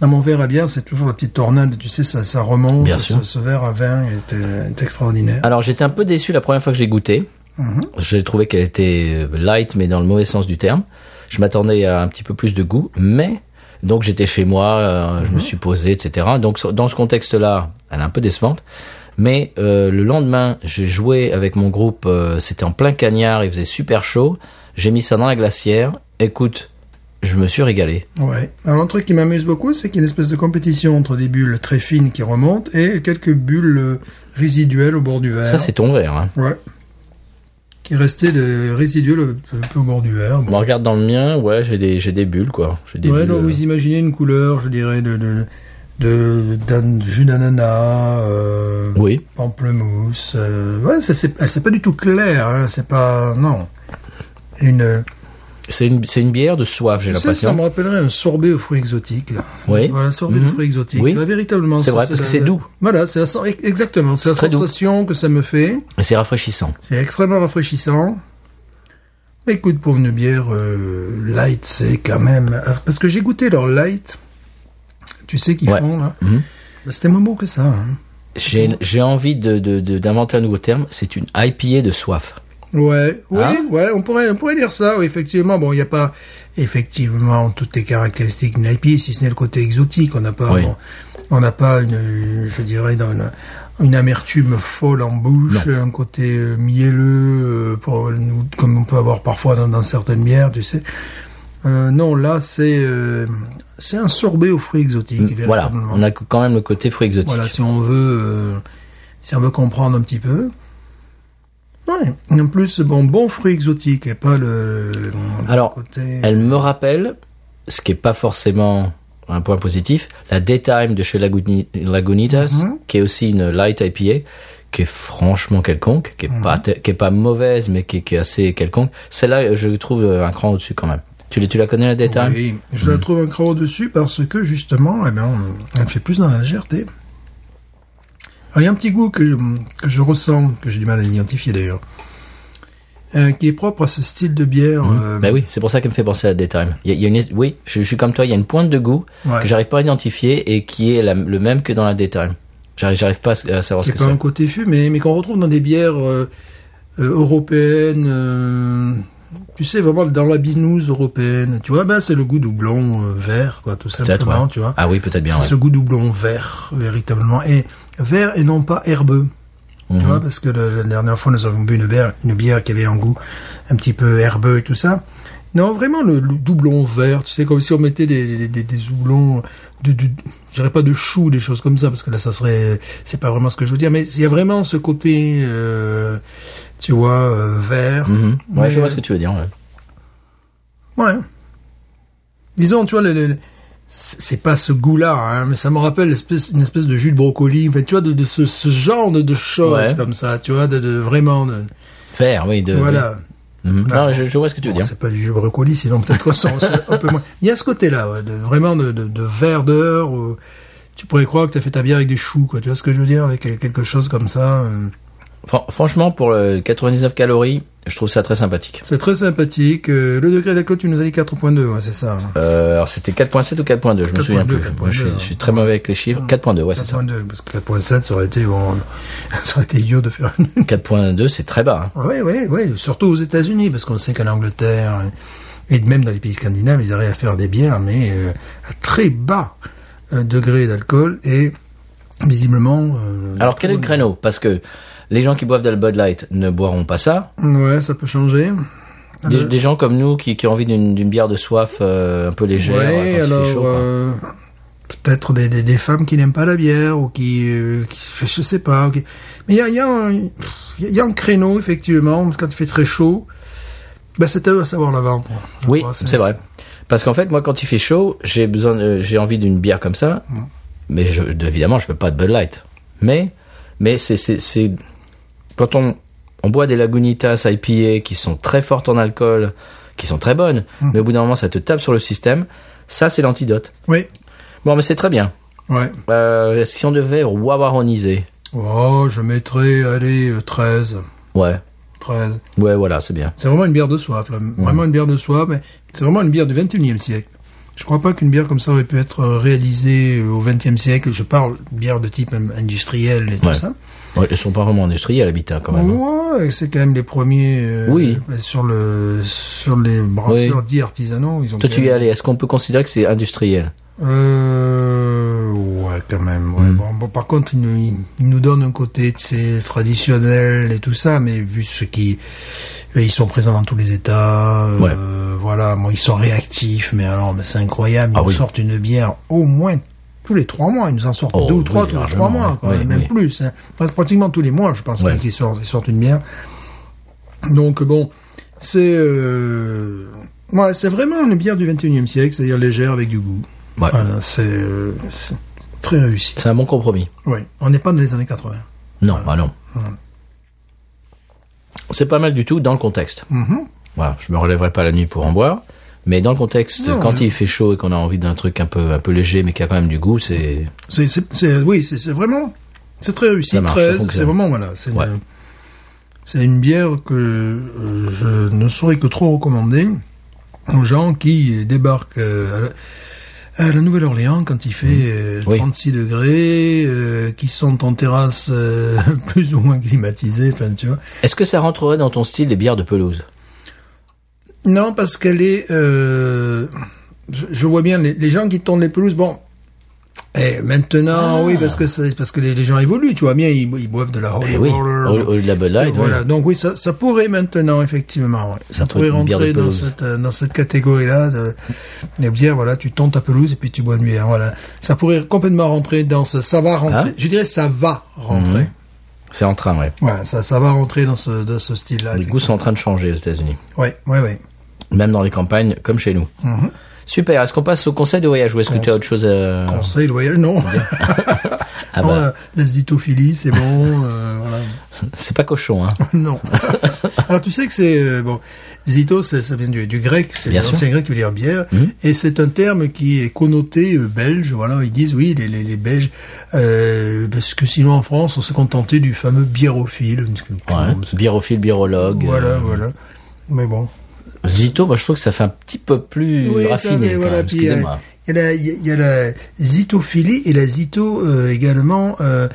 [SPEAKER 3] dans mon verre à bière, c'est toujours la petite tornade. Tu sais, ça, ça remonte.
[SPEAKER 2] Bien
[SPEAKER 3] ce,
[SPEAKER 2] sûr.
[SPEAKER 3] ce verre à vin est, euh, est extraordinaire.
[SPEAKER 2] Alors j'étais un peu déçu la première fois que j'ai goûté.
[SPEAKER 3] Mhm.
[SPEAKER 2] J'ai trouvé qu'elle était euh, light, mais dans le mauvais sens du terme. Je m'attendais à un petit peu plus de goût, mais donc j'étais chez moi, euh,
[SPEAKER 3] Mhm.
[SPEAKER 2] je me suis posé, etc. Donc so- dans ce contexte-là, elle est un peu décevante. Mais euh, le lendemain, j'ai joué avec mon groupe. euh, C'était en plein cagnard, il faisait super chaud. J'ai mis ça dans la glacière. Écoute, je me suis régalé.
[SPEAKER 3] Ouais. Alors, un truc qui m'amuse beaucoup, c'est qu'il y a une espèce de compétition entre des bulles très fines qui remontent et quelques bulles euh, résiduelles au bord du verre.
[SPEAKER 2] Ça, c'est ton verre. Hein.
[SPEAKER 3] Ouais. Qui restaient de résiduelles euh, un peu au bord du verre. Bon.
[SPEAKER 2] On regarde dans le mien, ouais, j'ai des, j'ai des bulles quoi. J'ai des
[SPEAKER 3] Ouais,
[SPEAKER 2] bulles,
[SPEAKER 3] alors
[SPEAKER 2] euh,
[SPEAKER 3] vous imaginez une couleur, je dirais, de, de, de, d'an- jus d'ananas, euh,
[SPEAKER 2] Oui.
[SPEAKER 3] pamplemousse. euh, ouais, ça, c'est, elle, c'est pas du tout clair, hein, c'est pas. Non. Une,
[SPEAKER 2] C'est une, c'est une bière de soif, j'ai
[SPEAKER 3] tu sais,
[SPEAKER 2] l'impression.
[SPEAKER 3] ça me rappellerait un sorbet aux fruits exotiques. là.
[SPEAKER 2] Oui.
[SPEAKER 3] Voilà, sorbet de
[SPEAKER 2] Mhm.
[SPEAKER 3] fruits exotiques.
[SPEAKER 2] Oui.
[SPEAKER 3] Là, véritablement,
[SPEAKER 2] C'est
[SPEAKER 3] ça,
[SPEAKER 2] vrai, parce
[SPEAKER 3] la-
[SPEAKER 2] que c'est
[SPEAKER 3] la-
[SPEAKER 2] doux.
[SPEAKER 3] Voilà, c'est la, sen- exactement, c'est, la
[SPEAKER 2] très doux.
[SPEAKER 3] sensation que ça me fait.
[SPEAKER 2] Et C'est rafraîchissant.
[SPEAKER 3] C'est extrêmement rafraîchissant. Mais Écoute, pour une bière euh, light, c'est quand même... ah, Parce que j'ai goûté leur light. Tu sais qu'ils
[SPEAKER 2] Ouais.
[SPEAKER 3] font, là.
[SPEAKER 2] Mhm.
[SPEAKER 3] Bah, C'était moins bon que ça. hein.
[SPEAKER 2] J'ai j'ai envie de de- de- d'inventer un nouveau terme. C'est une IPA de soif.
[SPEAKER 3] Ouais, oui,
[SPEAKER 2] Hein
[SPEAKER 3] ouais, on pourrait, on pourrait dire ça, oui, effectivement. Bon, il n'y a pas, effectivement, toutes les caractéristiques d'une IP, si ce n'est le côté exotique. On n'a pas,
[SPEAKER 2] Oui.
[SPEAKER 3] bon, on n'a pas une, je dirais, dans une, une amertume folle en bouche, un côté euh, mielleux, euh, pour, nous, comme on peut avoir parfois dans, dans certaines bières, tu sais. Euh, non, là, c'est, euh, c'est un sorbet aux fruits exotiques,
[SPEAKER 2] Voilà.
[SPEAKER 3] véritablement.
[SPEAKER 2] On a quand même le côté fruit exotique.
[SPEAKER 3] Voilà, si on veut, euh, si on veut comprendre un petit peu. Ouais. En plus, bon, bon fruit exotique et pas le, le
[SPEAKER 2] Alors,
[SPEAKER 3] côté.
[SPEAKER 2] Elle me rappelle, ce qui est pas forcément un point positif, la Daytime de chez Laguni- Lagunitas,
[SPEAKER 3] Mm-hmm.
[SPEAKER 2] qui est aussi une light IPA, qui est franchement quelconque, qui est
[SPEAKER 3] Mm-hmm.
[SPEAKER 2] pas te- qui est pas mauvaise, mais qui est, qui est assez quelconque. Celle-là, je trouve euh, un cran au-dessus quand même. Tu, la- tu la connais la Daytime
[SPEAKER 3] Oui, je la trouve un cran au-dessus parce que justement, eh ben, elle fait plus dans la légèreté. Alors, il y a un petit goût que, que je ressens, que j'ai du mal à identifier d'ailleurs, euh, qui est propre à ce style de bière. euh,
[SPEAKER 2] Ben oui, c'est pour ça qu'elle me fait penser à Daytime. Il y a, il y a une, oui, je, je suis comme toi, il y a une pointe de goût
[SPEAKER 3] Ouais.
[SPEAKER 2] que j'arrive pas à identifier et qui est la- le même que dans la Daytime. J'arrive, j'arrive pas à s- à savoir ce
[SPEAKER 3] C'est
[SPEAKER 2] que
[SPEAKER 3] pas
[SPEAKER 2] c'est.
[SPEAKER 3] un côté fumé, mais qu'on retrouve dans des bières euh, euh, européennes. euh, tu sais, vraiment dans la binouse européenne. Tu vois, ben, c'est le goût doublon euh, vert, quoi, tout
[SPEAKER 2] Peut-être,
[SPEAKER 3] simplement,
[SPEAKER 2] ouais.
[SPEAKER 3] tu vois.
[SPEAKER 2] Ah oui, peut-être bien.
[SPEAKER 3] c'est
[SPEAKER 2] ouais.
[SPEAKER 3] ce goût doublon vert, véritablement. Et vert et non pas herbeux.
[SPEAKER 2] Mhm.
[SPEAKER 3] Tu vois, parce que le- la dernière fois, nous avons bu une bière, une bière qui avait un goût un petit peu herbeux et tout ça. Non, vraiment, le, le doublon vert, tu sais, comme si on mettait des, des, des, des houblons, de, du- je dirais pas de choux, des choses comme ça, parce que là, ça serait, c'est pas vraiment ce que je veux dire, mais il y a vraiment ce côté, euh, tu vois, euh, vert.
[SPEAKER 2] Mhm. Ouais,
[SPEAKER 3] Mais- euh,
[SPEAKER 2] je vois ce que tu veux dire. ouais.
[SPEAKER 3] Ouais. Disons, tu vois, le, le- le- c'est c'est pas ce goût-là, hein, mais ça me rappelle l'espèce- une espèce de jus de brocoli, en fait, tu vois, de, de ce, ce genre de, de choses
[SPEAKER 2] Ouais.
[SPEAKER 3] comme ça, tu vois, de, de vraiment, de,
[SPEAKER 2] Faire, oui. De,
[SPEAKER 3] voilà.
[SPEAKER 2] de- Mhm.
[SPEAKER 3] Ah,
[SPEAKER 2] Non, je, je vois ce que tu veux
[SPEAKER 3] Bon,
[SPEAKER 2] dire.
[SPEAKER 3] c'est pas du jus de brocoli, sinon peut-être qu'on s'en serait un peu moins. Il y a ce côté-là, ouais, de, vraiment de, de, de verdeur. où tu pourrais croire que t'as fait ta bière avec des choux, quoi. Tu vois ce que je veux dire avec quel- quelque chose comme ça. euh.
[SPEAKER 2] Fran- franchement, pour le 99 calories, je trouve ça très sympathique.
[SPEAKER 3] C'est très sympathique. Euh, le degré d'alcool, tu nous as dit 4.2, ouais, c'est ça. hein.
[SPEAKER 2] Euh, alors c'était 4.7 ou 4.2, je me souviens
[SPEAKER 3] 4.2,
[SPEAKER 2] plus. Moi, je, suis,
[SPEAKER 3] 4.2,
[SPEAKER 2] je suis très mauvais avec les
[SPEAKER 3] Mmh.
[SPEAKER 2] chiffres. 4.2, ouais, c'est ça.
[SPEAKER 3] 4.2, parce que 4.7, ça aurait été bon, ça aurait été idiot de faire. Une...
[SPEAKER 2] 4.2, c'est très bas. hein.
[SPEAKER 3] Oui, oui, oui. Surtout aux États-Unis, parce qu'on sait qu'en Angleterre et même dans les pays scandinaves, ils arrivent à faire des bières, mais euh, à très bas euh, degré d'alcool et visiblement. euh,
[SPEAKER 2] Alors quel est le créneau Parce que les gens qui boivent de la Bud Light ne boiront pas ça.
[SPEAKER 3] Ouais, ça peut changer.
[SPEAKER 2] Des,
[SPEAKER 3] Euh,
[SPEAKER 2] des gens comme nous qui, qui ont envie d'une d'une bière de soif euh, un peu légère quand il
[SPEAKER 3] ouais,
[SPEAKER 2] fait
[SPEAKER 3] alors
[SPEAKER 2] chaud, quoi.
[SPEAKER 3] euh, peut-être des, des, des femmes qui n'aiment pas la bière ou qui, euh, qui- je sais pas. ok. Mais il y a, il y, a un- il y a un créneau effectivement parce que quand il fait très chaud. Bah, c'est à eux à savoir la vendre. je
[SPEAKER 2] oui,
[SPEAKER 3] crois,
[SPEAKER 2] c'est vrai. Parce qu'en fait, moi, quand il fait chaud, j'ai besoin, de- j'ai envie d'une bière comme ça. Mais je, évidemment, je veux pas de Bud Light. Mais, mais c'est, c'est, c'est quand on on boit des Lagunitas IPA qui sont très fortes en alcool, qui sont très bonnes,
[SPEAKER 3] Hum.
[SPEAKER 2] mais au bout d'un moment, ça te tape sur le système. Ça, c'est l'antidote.
[SPEAKER 3] Oui.
[SPEAKER 2] Bon, mais c'est très bien.
[SPEAKER 3] Ouais.
[SPEAKER 2] Euh, si on devait wawaroniser,
[SPEAKER 3] Oh, je mettrais, allez, euh, 13.
[SPEAKER 2] ouais,
[SPEAKER 3] 13.
[SPEAKER 2] ouais, voilà, c'est bien.
[SPEAKER 3] C'est vraiment une bière de soif, là. Vraiment une bière de soif, mais c'est vraiment une bière du 21e siècle. Je crois pas qu'une bière comme ça aurait pu être euh, réalisée euh, au 20e siècle. Je parle bière de type euh, industriel et tout
[SPEAKER 2] Ouais.
[SPEAKER 3] ça.
[SPEAKER 2] Ouais, ils sont pas vraiment industriels, l'habitat quand même. hein.
[SPEAKER 3] Ouais, c'est quand même les premiers euh,
[SPEAKER 2] Oui.
[SPEAKER 3] sur le sur les brasseurs dits artisanaux. Ils ont
[SPEAKER 2] Toi,
[SPEAKER 3] quand
[SPEAKER 2] tu y es
[SPEAKER 3] même-
[SPEAKER 2] allé. Est-ce qu'on peut considérer que c'est industriel
[SPEAKER 3] Euh, ouais, quand même. ouais.
[SPEAKER 2] Hmm.
[SPEAKER 3] Bon, bon, par contre, il nous, il- il nous donne un côté tu sais, traditionnel et tout ça, mais vu ce qui, euh, ils sont présents dans tous les États. euh,
[SPEAKER 2] Ouais.
[SPEAKER 3] Voilà, bon, ils sont réactifs, mais alors, mais c'est incroyable. Ils
[SPEAKER 2] Ah
[SPEAKER 3] nous
[SPEAKER 2] oui.
[SPEAKER 3] sortent une bière au moins tous les trois mois. Ils nous en sortent
[SPEAKER 2] Oh,
[SPEAKER 3] deux ou
[SPEAKER 2] oui,
[SPEAKER 3] trois tous les trois
[SPEAKER 2] largement,
[SPEAKER 3] mois,
[SPEAKER 2] ouais.
[SPEAKER 3] quoi,
[SPEAKER 2] Oui,
[SPEAKER 3] et même
[SPEAKER 2] oui.
[SPEAKER 3] plus. hein. Enfin, pratiquement tous les mois, je pense
[SPEAKER 2] Ouais.
[SPEAKER 3] qu'ils sortent, ils sortent une bière. Donc bon, c'est euh, ouais, c'est vraiment une bière du 21e siècle, c'est-à-dire légère avec du goût.
[SPEAKER 2] Ouais.
[SPEAKER 3] Voilà, c'est euh, c'est très réussi.
[SPEAKER 2] C'est un bon compromis.
[SPEAKER 3] Oui, on n'est pas dans les années 80.
[SPEAKER 2] Non, bah non. C'est pas mal du tout dans le contexte. Voilà, je me relèverai pas la nuit pour en boire, mais dans le contexte, quand il fait chaud et qu'on a envie d'un truc un peu un peu léger mais qui a quand même du goût, c'est
[SPEAKER 3] C'est c'est- c'est- oui, c'est c'est vraiment c'est très réussi,
[SPEAKER 2] Ça marche, ça
[SPEAKER 3] 13, c'est
[SPEAKER 2] fonctionne.
[SPEAKER 3] vraiment voilà, c'est
[SPEAKER 2] Ouais.
[SPEAKER 3] une, c'est une bière que euh, je ne saurais que trop recommander aux gens qui débarquent euh, à la- à la Nouvelle-Orléans quand il fait euh,
[SPEAKER 2] Mm. Oui.
[SPEAKER 3] 36 degrés, euh, qui sont en terrasse euh, plus ou moins climatisée, enfin tu vois.
[SPEAKER 2] Est-ce que ça rentrerait dans ton style des bières de pelouse
[SPEAKER 3] Non, parce qu'elle est. euh, je, je vois bien les, les gens qui tournent les pelouses. Bon, eh,
[SPEAKER 2] Ah.
[SPEAKER 3] maintenant, oui, parce que c'est parce que les, les gens évoluent. Tu vois bien, ils, bo- ils boivent de la holy
[SPEAKER 2] Eh oui,
[SPEAKER 3] roller.
[SPEAKER 2] au, au- de la Bud Light, ouais.
[SPEAKER 3] voilà. Donc oui, ça, ça pourrait maintenant effectivement, ouais. ça
[SPEAKER 2] Un truc,
[SPEAKER 3] pourrait
[SPEAKER 2] une bière de
[SPEAKER 3] rentrer dans
[SPEAKER 2] pelouse.
[SPEAKER 3] cette euh, dans cette catégorie-là. De, les bières, voilà, tu tournes ta pelouse et puis tu bois une bière. Voilà, ça pourrait complètement rentrer dans ce. Ça va rentrer.
[SPEAKER 2] Hein
[SPEAKER 3] je dirais, ça va rentrer.
[SPEAKER 2] Mhm. c'est en train, ouais.
[SPEAKER 3] Voilà, ça ça va rentrer dans ce dans ce style-là.
[SPEAKER 2] Les goûts sont en train de changer aux États-Unis,
[SPEAKER 3] Ouais, ouais, ouais. Mhm.
[SPEAKER 2] même dans les campagnes, comme chez nous. Super. Est-ce qu'on passe au conseil de voyage ou est-ce que tu as autre chose à...
[SPEAKER 3] Conseil le voyage, non.
[SPEAKER 2] Ah
[SPEAKER 3] Non,
[SPEAKER 2] bah,
[SPEAKER 3] la, Oh, euh, la zitophilie, c'est bon. euh, voilà.
[SPEAKER 2] c'est pas cochon, hein.
[SPEAKER 3] Non. Alors tu sais que c'est euh, bon. Zito, c'est- ça vient du, du grec, c'est
[SPEAKER 2] Bien sûr. Mhm.
[SPEAKER 3] l'ancien grec qui veut dire bière, et c'est un terme qui est connoté euh, belge. Voilà, ils disent oui, les, les, les Belges, euh, parce que sinon en France, on se contentait du fameux biérophile.
[SPEAKER 2] Ouais. Birophile, birologue.
[SPEAKER 3] Voilà,
[SPEAKER 2] euh,
[SPEAKER 3] voilà. Mais bon.
[SPEAKER 2] Zito, moi je trouve que ça fait un petit peu plus
[SPEAKER 3] Oui, ça,
[SPEAKER 2] raffiné.
[SPEAKER 3] mais
[SPEAKER 2] quand
[SPEAKER 3] voilà,
[SPEAKER 2] même,
[SPEAKER 3] puis, euh,
[SPEAKER 2] Excusez-moi.
[SPEAKER 3] Il y, a la, il y a- il y a la zitophilie et la zito euh, également. Euh,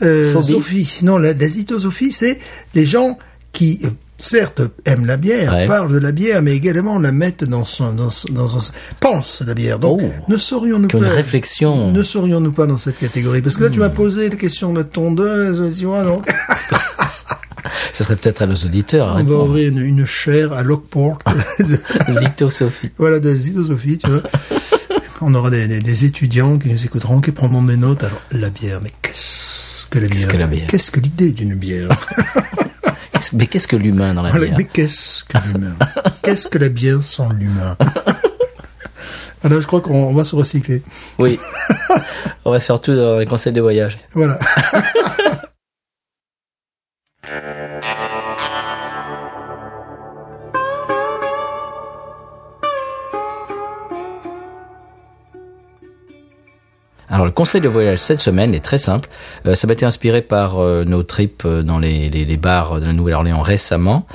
[SPEAKER 3] euh,
[SPEAKER 2] Phobie.
[SPEAKER 3] Sophie. Non, la, la zitosophie, c'est les gens qui euh, certes aiment la bière,
[SPEAKER 2] Ouais.
[SPEAKER 3] parlent de la bière, mais également la mettent dans son, dans, son- dans son- pensent la bière. Donc,
[SPEAKER 2] Oh.
[SPEAKER 3] ne serions-nous
[SPEAKER 2] Comme une
[SPEAKER 3] pas
[SPEAKER 2] réflexion.
[SPEAKER 3] euh,
[SPEAKER 2] Hmm.
[SPEAKER 3] ne serions-nous pas dans cette catégorie Parce que là, tu m'as posé la question de la tondeuse. vas-y, ouais, donc,
[SPEAKER 2] Ça serait peut-être à nos auditeurs. hein, à
[SPEAKER 3] on va
[SPEAKER 2] répondre.
[SPEAKER 3] ouvrir une, une chaire à Lockport.
[SPEAKER 2] Zito, Sophie.
[SPEAKER 3] Voilà, de la zitosophie, tu vois. On aura des, des- des étudiants qui nous écouteront, qui prendront des notes. Alors, la bière, mais qu'est-ce que la bière
[SPEAKER 2] que la bière
[SPEAKER 3] Qu'est-ce que l'idée d'une bière
[SPEAKER 2] Qu'est-ce- Mais qu'est-ce que l'humain dans la hein
[SPEAKER 3] Voilà,
[SPEAKER 2] bière
[SPEAKER 3] Mais qu'est-ce que l'humain Qu'est-ce que la bière sans l'humain Alors, je crois qu'on on va se recycler.
[SPEAKER 2] Oui. On va surtout dans les conseils de voyage.
[SPEAKER 3] Voilà.
[SPEAKER 2] Alors le conseil de voyage cette semaine est très simple. Euh, ça m'a été inspiré par euh, nos trips euh, dans les, les, les bars de la Nouvelle-Orléans récemment,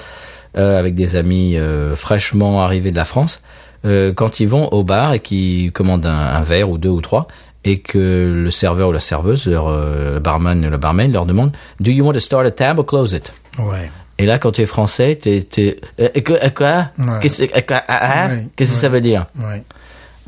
[SPEAKER 2] euh, avec des amis euh, fraîchement arrivés de la France, euh, quand ils vont au bar et qui commandent un, un verre ou deux ou trois, et que le serveur ou la serveuse, leur, euh, le barman ou la barmaid leur demande « Do you want to start a tab or close it ?»
[SPEAKER 3] Ouais.
[SPEAKER 2] Et là, quand tu es français, t'es, t'es, euh, euh, quoi, euh, quoi?
[SPEAKER 3] Ouais.
[SPEAKER 2] Qu'est-ce, que- euh, quoi, ah, ah
[SPEAKER 3] Ouais,
[SPEAKER 2] Qu'est-ce que
[SPEAKER 3] ouais.
[SPEAKER 2] ça veut dire?
[SPEAKER 3] Ouais.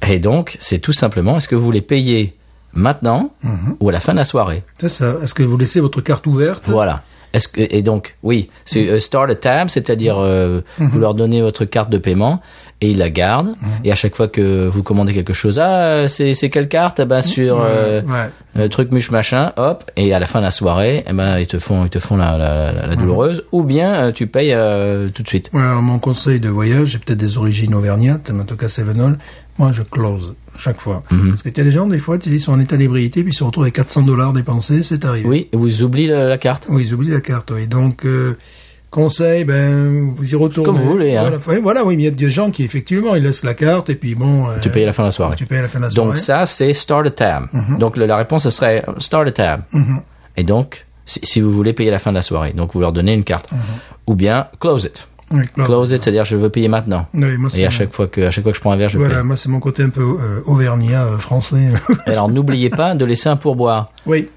[SPEAKER 2] Et donc, c'est tout simplement, est-ce que vous voulez payer maintenant
[SPEAKER 3] Mhm.
[SPEAKER 2] ou à la fin de la soirée?
[SPEAKER 3] C'est ça. Est-ce que vous laissez votre carte ouverte
[SPEAKER 2] Voilà. Est-ce que, et donc, oui, c'est euh, start a tab, c'est-à-dire, euh,
[SPEAKER 3] Mhm.
[SPEAKER 2] vous leur donnez votre carte de paiement et ils la gardent. Et à chaque fois que vous commandez quelque chose, ah, euh, c'est, c'est quelle carte? Eh ben, sur, euh,
[SPEAKER 3] Ouais.
[SPEAKER 2] euh, truc muche machin, hop, et à la fin de la soirée, eh ben ils te font ils te font la, la, la-
[SPEAKER 3] Mhm.
[SPEAKER 2] la douloureuse, ou bien euh, tu payes euh, tout de suite.
[SPEAKER 3] Ouais, alors, mon conseil de voyage, j'ai peut-être des origines auvergnates, mais en tout cas Cévenol, moi je close chaque fois.
[SPEAKER 2] Mhm.
[SPEAKER 3] Parce que t'as des gens, des fois, tu dis, ils sont en état d'ébriété, puis ils se retrouvent avec 400 dollars dépensés, c'est arrivé.
[SPEAKER 2] Oui, et vous oubliez le- la carte.
[SPEAKER 3] Oui, ils oublient la carte, oui. Donc, euh, Conseil, ben, vous y retournez.
[SPEAKER 2] Comme vous voulez, hein.
[SPEAKER 3] Voilà, oui, voilà, oui, mais il y a des gens qui, effectivement, ils laissent la carte et puis bon. euh,
[SPEAKER 2] Tu payes à la fin de la soirée.
[SPEAKER 3] Tu payes à la fin de la soirée.
[SPEAKER 2] Donc ça, c'est start a tab.
[SPEAKER 3] Mhm.
[SPEAKER 2] Donc le- la réponse, ce serait euh, start a tab. Et donc, si, si vous voulez payer à la fin de la soirée, donc vous leur donnez une
[SPEAKER 3] Mhm.
[SPEAKER 2] carte. Ou bien close it.
[SPEAKER 3] Oui, claro.
[SPEAKER 2] Close it, c'est-à-dire je veux payer maintenant.
[SPEAKER 3] Oui, moi,
[SPEAKER 2] Et
[SPEAKER 3] c'est-
[SPEAKER 2] à chaque fois que à chaque fois que je prends un verre, je
[SPEAKER 3] Voilà,
[SPEAKER 2] paye.
[SPEAKER 3] moi, c'est mon côté un peu euh, auvergnat euh, français.
[SPEAKER 2] Alors n'oubliez pas de laisser un pourboire.
[SPEAKER 3] oui.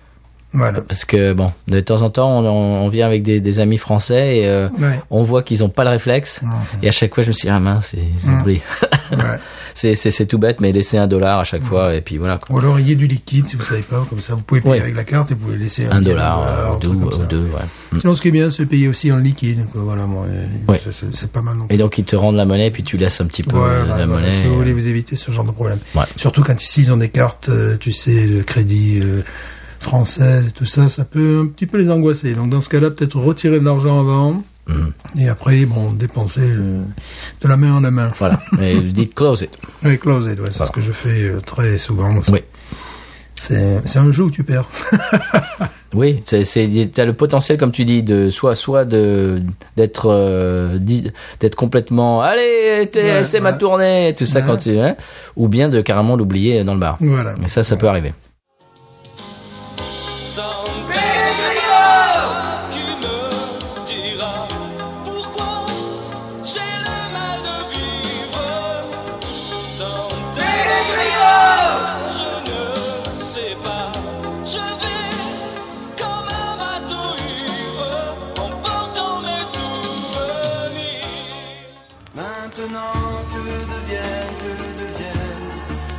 [SPEAKER 3] Voilà.
[SPEAKER 2] Parce que bon, de temps en temps, on, on vient avec des, des amis français et euh,
[SPEAKER 3] Ouais. Mhm.
[SPEAKER 2] on voit qu'ils n'ont pas le réflexe. Et à chaque fois, je me suis dit, ah mince, ils ils ont oublié.
[SPEAKER 3] Ouais.
[SPEAKER 2] c'est, c'est, c'est tout bête, mais laisser un dollar à chaque
[SPEAKER 3] Mhm.
[SPEAKER 2] fois et puis voilà. quoi.
[SPEAKER 3] Ou alors, il y a du liquide, si vous savez pas, comme ça, vous pouvez payer
[SPEAKER 2] Oui.
[SPEAKER 3] avec la carte et vous pouvez laisser
[SPEAKER 2] Un
[SPEAKER 3] billet
[SPEAKER 2] dollar,
[SPEAKER 3] d'un
[SPEAKER 2] euh,
[SPEAKER 3] dollar,
[SPEAKER 2] ou
[SPEAKER 3] un
[SPEAKER 2] deux,
[SPEAKER 3] truc comme
[SPEAKER 2] ou
[SPEAKER 3] ça.
[SPEAKER 2] deux, ouais.
[SPEAKER 3] Sinon, ce qui est bien, c'est payer aussi en liquide. quoi, Voilà, moi, euh,
[SPEAKER 2] Oui.
[SPEAKER 3] ça, c'est c'est pas mal non plus.
[SPEAKER 2] Et donc ils te rendent la monnaie, puis tu laisses un petit peu
[SPEAKER 3] Voilà,
[SPEAKER 2] de la
[SPEAKER 3] voilà,
[SPEAKER 2] monnaie. euh,
[SPEAKER 3] si vous voulez vous éviter ce genre de problème.
[SPEAKER 2] Ouais.
[SPEAKER 3] Surtout quand ici ils ont des cartes, euh, tu sais, le crédit euh, française et tout ça, ça peut un petit peu les angoisser. Donc dans ce cas-là, peut-être retirer de l'argent avant
[SPEAKER 2] Mhm.
[SPEAKER 3] et après, bon, dépenser euh, de la main en la main.
[SPEAKER 2] Voilà. Et dites close it.
[SPEAKER 3] Ouais, close it, ouais, c'est
[SPEAKER 2] Voilà.
[SPEAKER 3] ce que je fais euh, très souvent. aussi.
[SPEAKER 2] Oui.
[SPEAKER 3] C'est c'est un jeu où tu perds.
[SPEAKER 2] Oui, c'est, c'est, t'as le potentiel, comme tu dis, de soit, soit de d'être, euh, dit- d'être complètement, allez, t'es-
[SPEAKER 3] Ouais,
[SPEAKER 2] c'est ma
[SPEAKER 3] ouais.
[SPEAKER 2] tournée, tout ça
[SPEAKER 3] Ouais.
[SPEAKER 2] quand tu, hein, ou bien de carrément l'oublier dans le bar.
[SPEAKER 3] Voilà.
[SPEAKER 2] Mais ça, ça peut arriver.
[SPEAKER 4] Sans bénévoile qui me dira pourquoi j'ai le mal de vivre. Sans bénévoile, je ne sais pas. Je vais comme un bateau ivre en portant mes souvenirs.
[SPEAKER 5] Maintenant que deviennent, que deviennent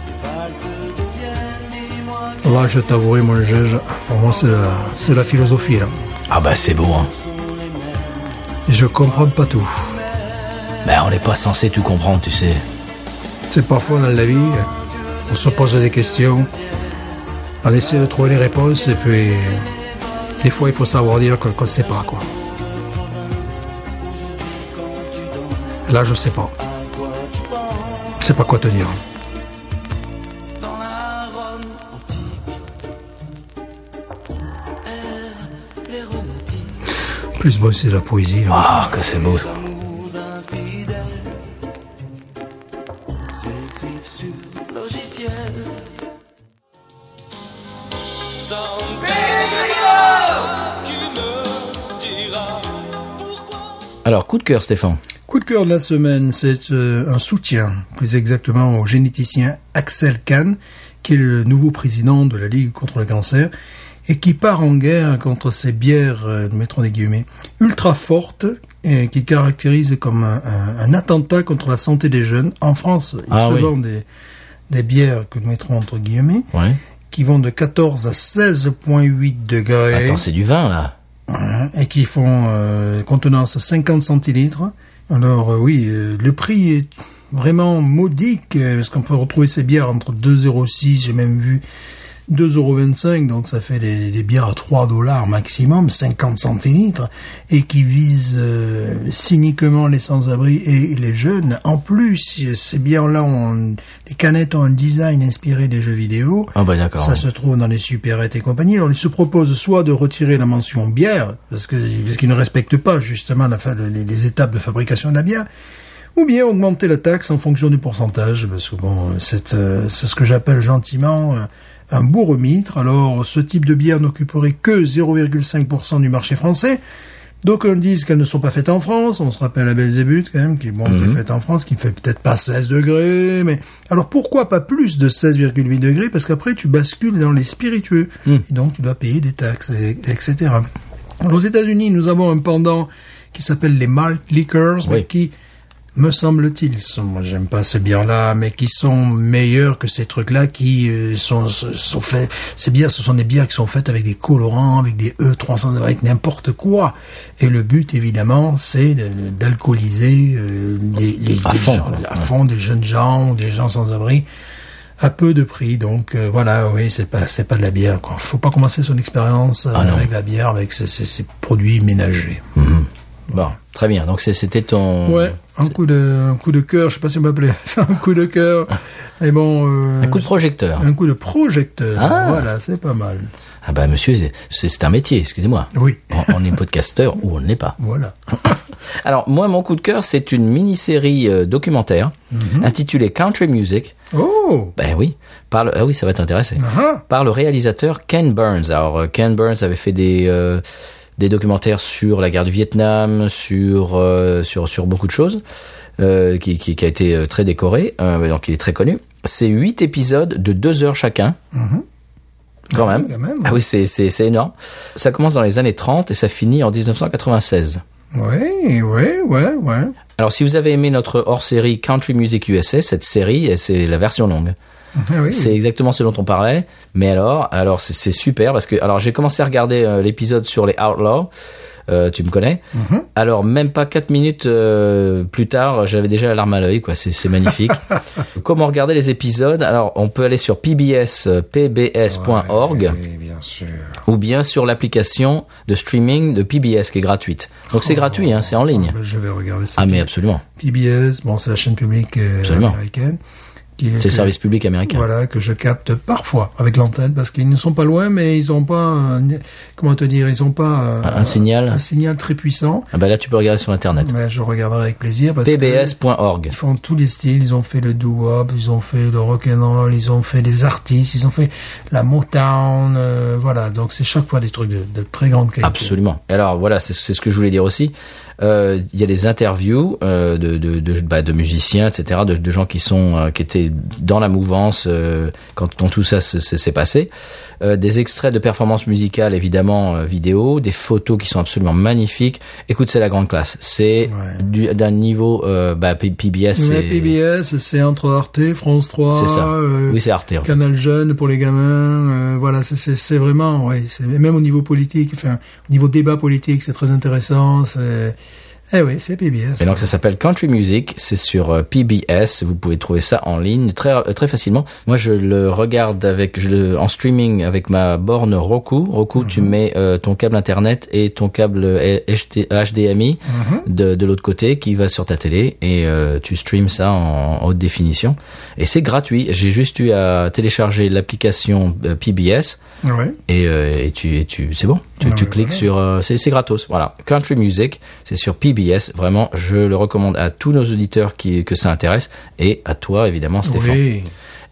[SPEAKER 5] les valses deviennent, dis-moi
[SPEAKER 3] Là, je t'avouerai, mon juge, pour moi, c'est la, c'est la philosophie. Là.
[SPEAKER 2] Ah bah c'est beau, hein.
[SPEAKER 3] Et je comprends pas tout.
[SPEAKER 2] Ben on n'est pas censé tout comprendre, tu sais.
[SPEAKER 3] C'est parfois dans la vie, on se pose des questions, on essaie de trouver les réponses et puis des fois il faut savoir dire que- qu'on ne sait pas quoi. Là je sais pas. Je sais pas quoi te dire.
[SPEAKER 5] dans la Rome antique. Eh, les romantiques,
[SPEAKER 3] Plus bon c'est de la poésie. là.
[SPEAKER 2] Ah que c'est beau.
[SPEAKER 5] amours infidèles, s'écrivent sur logiciel.
[SPEAKER 4] Sans bénévoile qui me dira pourquoi.
[SPEAKER 2] Alors coup de cœur, Stéphane.
[SPEAKER 3] Coup de cœur de la semaine, c'est euh, un soutien, plus exactement au généticien Axel Kahn, qui est le nouveau président de la Ligue contre le cancer, et qui part en guerre contre ces bières, euh, mettons des guillemets, ultra fortes, et qui caractérisent comme un, un- un attentat contre la santé des jeunes. En France, il
[SPEAKER 2] Ah
[SPEAKER 3] se
[SPEAKER 2] oui.
[SPEAKER 3] vend des, des bières que nous mettrons entre guillemets,
[SPEAKER 2] Ouais.
[SPEAKER 3] qui vont de 14 à 16,8 degrés
[SPEAKER 2] Attends, c'est du vin là.
[SPEAKER 3] Hein, et qui font euh, contenance 50 centilitres. Alors euh, oui, euh, le prix est vraiment modique, euh, parce qu'on peut retrouver ces bières entre 2,06, j'ai même vu 2,25, donc ça fait des, des bières à 3 dollars maximum, 50 centilitres, et qui visent euh, cyniquement les sans-abri et les jeunes. En plus, euh, ces bières-là, ont, les canettes ont un design inspiré des jeux vidéo.
[SPEAKER 2] Ah bah d'accord.
[SPEAKER 3] Ça se trouve dans les supérettes et compagnie. Alors, ils se proposent soit de retirer la mention bière, parce que parce qu'ils ne respectent pas justement la, fa- les, les étapes de fabrication de la bière, ou bien augmenter la taxe en fonction du pourcentage, parce que bon, c'est euh, c'est ce que j'appelle gentiment euh, un bourre-mitre. Alors, ce type de bière n'occuperait que 0,5% du marché français. D'aucuns disent qu'elles ne sont pas faites en France. On se rappelle à Belzébuth, quand même, qui, bon, qui est faite en France, qui ne fait peut-être pas 16 degrés, mais, alors pourquoi pas plus de 16,8 degrés? Parce qu'après, tu bascules dans les spiritueux. Et donc, tu dois payer des taxes, et- etc. Alors, aux États-Unis, nous avons un pendant qui s'appelle les malt liquors, mais
[SPEAKER 2] Oui.
[SPEAKER 3] qui, me semble-t-il, sont, moi j'aime pas ces bières-là, mais qui sont meilleurs que ces trucs-là qui euh, sont, sont, sont faits, ces bières, ce sont des bières qui sont faites avec des colorants, avec des E300, avec n'importe quoi. Et le but, évidemment, c'est de- d'alcooliser euh, les, les,
[SPEAKER 2] À
[SPEAKER 3] les
[SPEAKER 2] fond,
[SPEAKER 3] gens-
[SPEAKER 2] quoi.
[SPEAKER 3] à fond des jeunes gens, ou des gens sans abri, à peu de prix. Donc euh, voilà, oui, c'est pas c'est pas de la bière. Quoi. Faut pas commencer son expérience euh,
[SPEAKER 2] Ah non.
[SPEAKER 3] avec la bière, avec ces, ces- ces produits ménagers.
[SPEAKER 2] Bon, très bien. Donc Euh, c'est- c'était ton.
[SPEAKER 3] Ouais, Un coup de, un coup de cœur, je sais pas si on peut appeler ça un coup de cœur. Mais bon, euh,
[SPEAKER 2] Un coup de projecteur.
[SPEAKER 3] un coup de projecteur.
[SPEAKER 2] Ah.
[SPEAKER 3] Voilà, c'est pas mal.
[SPEAKER 2] Ah bah monsieur, c'est- c'est c'est un métier, excusez-moi.
[SPEAKER 3] Oui.
[SPEAKER 2] On, on est podcasteur ou on ne l'est pas.
[SPEAKER 3] Voilà.
[SPEAKER 2] Alors moi, mon coup de cœur, c'est une mini-série euh, documentaire intitulée Country Music.
[SPEAKER 3] Oh!
[SPEAKER 2] Ben oui, par le- ah oui, ça va t'intéresser.
[SPEAKER 3] Ah
[SPEAKER 2] Par le réalisateur Ken Burns. Alors euh, Ken Burns avait fait des euh, des documentaires sur la guerre du Vietnam, sur euh, sur sur beaucoup de choses, euh, qui, qui qui a été euh, très décoré. euh, donc il est très connu. C'est huit épisodes de deux heures chacun. Quand
[SPEAKER 3] Ah oui,
[SPEAKER 2] même.
[SPEAKER 3] quand même,
[SPEAKER 2] Ah
[SPEAKER 3] ouais.
[SPEAKER 2] oui, c'est c'est c'est énorme. Ça commence dans les années 30 et ça finit en 1996.
[SPEAKER 3] Ouais, ouais, ouais, ouais.
[SPEAKER 2] Alors si vous avez aimé notre hors-série Country Music USA, cette série, et c'est la version longue.
[SPEAKER 3] Ah oui.
[SPEAKER 2] C'est exactement ce dont on parlait. Mais alors, alors c'est- c'est super parce que alors j'ai commencé à regarder euh, l'épisode sur les Outlaws. Euh, tu me connais. Alors même pas quatre minutes euh, plus tard, j'avais déjà la larme à l'œil. Quoi, c'est c'est magnifique. Comment regarder les épisodes Alors on peut aller sur pbs euh, pbs.org
[SPEAKER 3] Oui, bien sûr. Ah,
[SPEAKER 2] ou bien sur l'application de streaming de PBS qui est gratuite. Donc c'est gratuit, hein, c'est en ligne.
[SPEAKER 3] Ben, je vais regarder ça.
[SPEAKER 2] Ah mais absolument,
[SPEAKER 3] PBS, bon, c'est la chaîne publique euh,
[SPEAKER 2] Absolument.
[SPEAKER 3] américaine. qui-
[SPEAKER 2] c'est
[SPEAKER 3] que-
[SPEAKER 2] le service public américain.
[SPEAKER 3] Voilà, que je capte parfois avec l'antenne, parce qu'ils ne sont pas loin, mais ils ont pas, un- comment te dire, ils ont pas euh,
[SPEAKER 2] Un- un signal.
[SPEAKER 3] un signal très puissant.
[SPEAKER 2] Ah bah là tu peux regarder sur internet.
[SPEAKER 3] Mais Ben, je regarderai avec plaisir parce que
[SPEAKER 2] pbs.org.
[SPEAKER 3] ils font tous les styles. Ils ont fait le doo-wop, ils ont fait le rock'n'roll, ils ont fait des artistes, ils ont fait la Motown, euh, voilà. Donc c'est chaque fois des trucs de, de très grande qualité.
[SPEAKER 2] Absolument. Et Alors voilà, c'est c'est ce que je voulais dire aussi. Euh, Il y a des interviews euh, de de de, bah, de musiciens, etc., de, de gens qui sont euh, qui étaient dans la mouvance euh, quand, quand tout ça se- se- s'est passé. Euh, des extraits de performances musicales, évidemment euh, vidéo, des photos qui sont absolument magnifiques. Écoute, c'est la grande classe. C'est
[SPEAKER 3] Ouais.
[SPEAKER 2] du- d'un niveau euh, bah, P- PBS.
[SPEAKER 3] Mais
[SPEAKER 2] et-
[SPEAKER 3] PBS, c'est entre Arte, France 3,
[SPEAKER 2] C'est ça.
[SPEAKER 3] euh,
[SPEAKER 2] oui, c'est Arte. en fait.
[SPEAKER 3] Canal Jeune pour les gamins, euh, voilà, c'est- c'est c'est vraiment, ouais, c'est même au niveau politique, enfin, au niveau débat politique, c'est très intéressant. c'est- Eh oui, c'est PBS.
[SPEAKER 2] Et donc ça s'appelle Country Music, c'est sur euh, PBS, vous pouvez trouver ça en ligne très euh, très facilement. Moi je le regarde avec je le, en streaming avec ma borne Roku. Roku tu mets euh, ton câble internet et ton câble euh, HT HDMI de, de l'autre côté qui va sur ta télé et euh, tu streams ça en haute définition et c'est gratuit. J'ai juste eu à télécharger l'application euh, PBS
[SPEAKER 3] Ouais.
[SPEAKER 2] et, euh, et tu, et tu c'est bon. Tu,
[SPEAKER 3] Ah
[SPEAKER 2] tu
[SPEAKER 3] ouais,
[SPEAKER 2] cliques
[SPEAKER 3] voilà.
[SPEAKER 2] sur, euh, c'est c'est gratos. Voilà, Country Music, c'est sur PBS. Vraiment, je le recommande à tous nos auditeurs qui que ça intéresse et à toi évidemment, Stéphane.
[SPEAKER 3] Oui.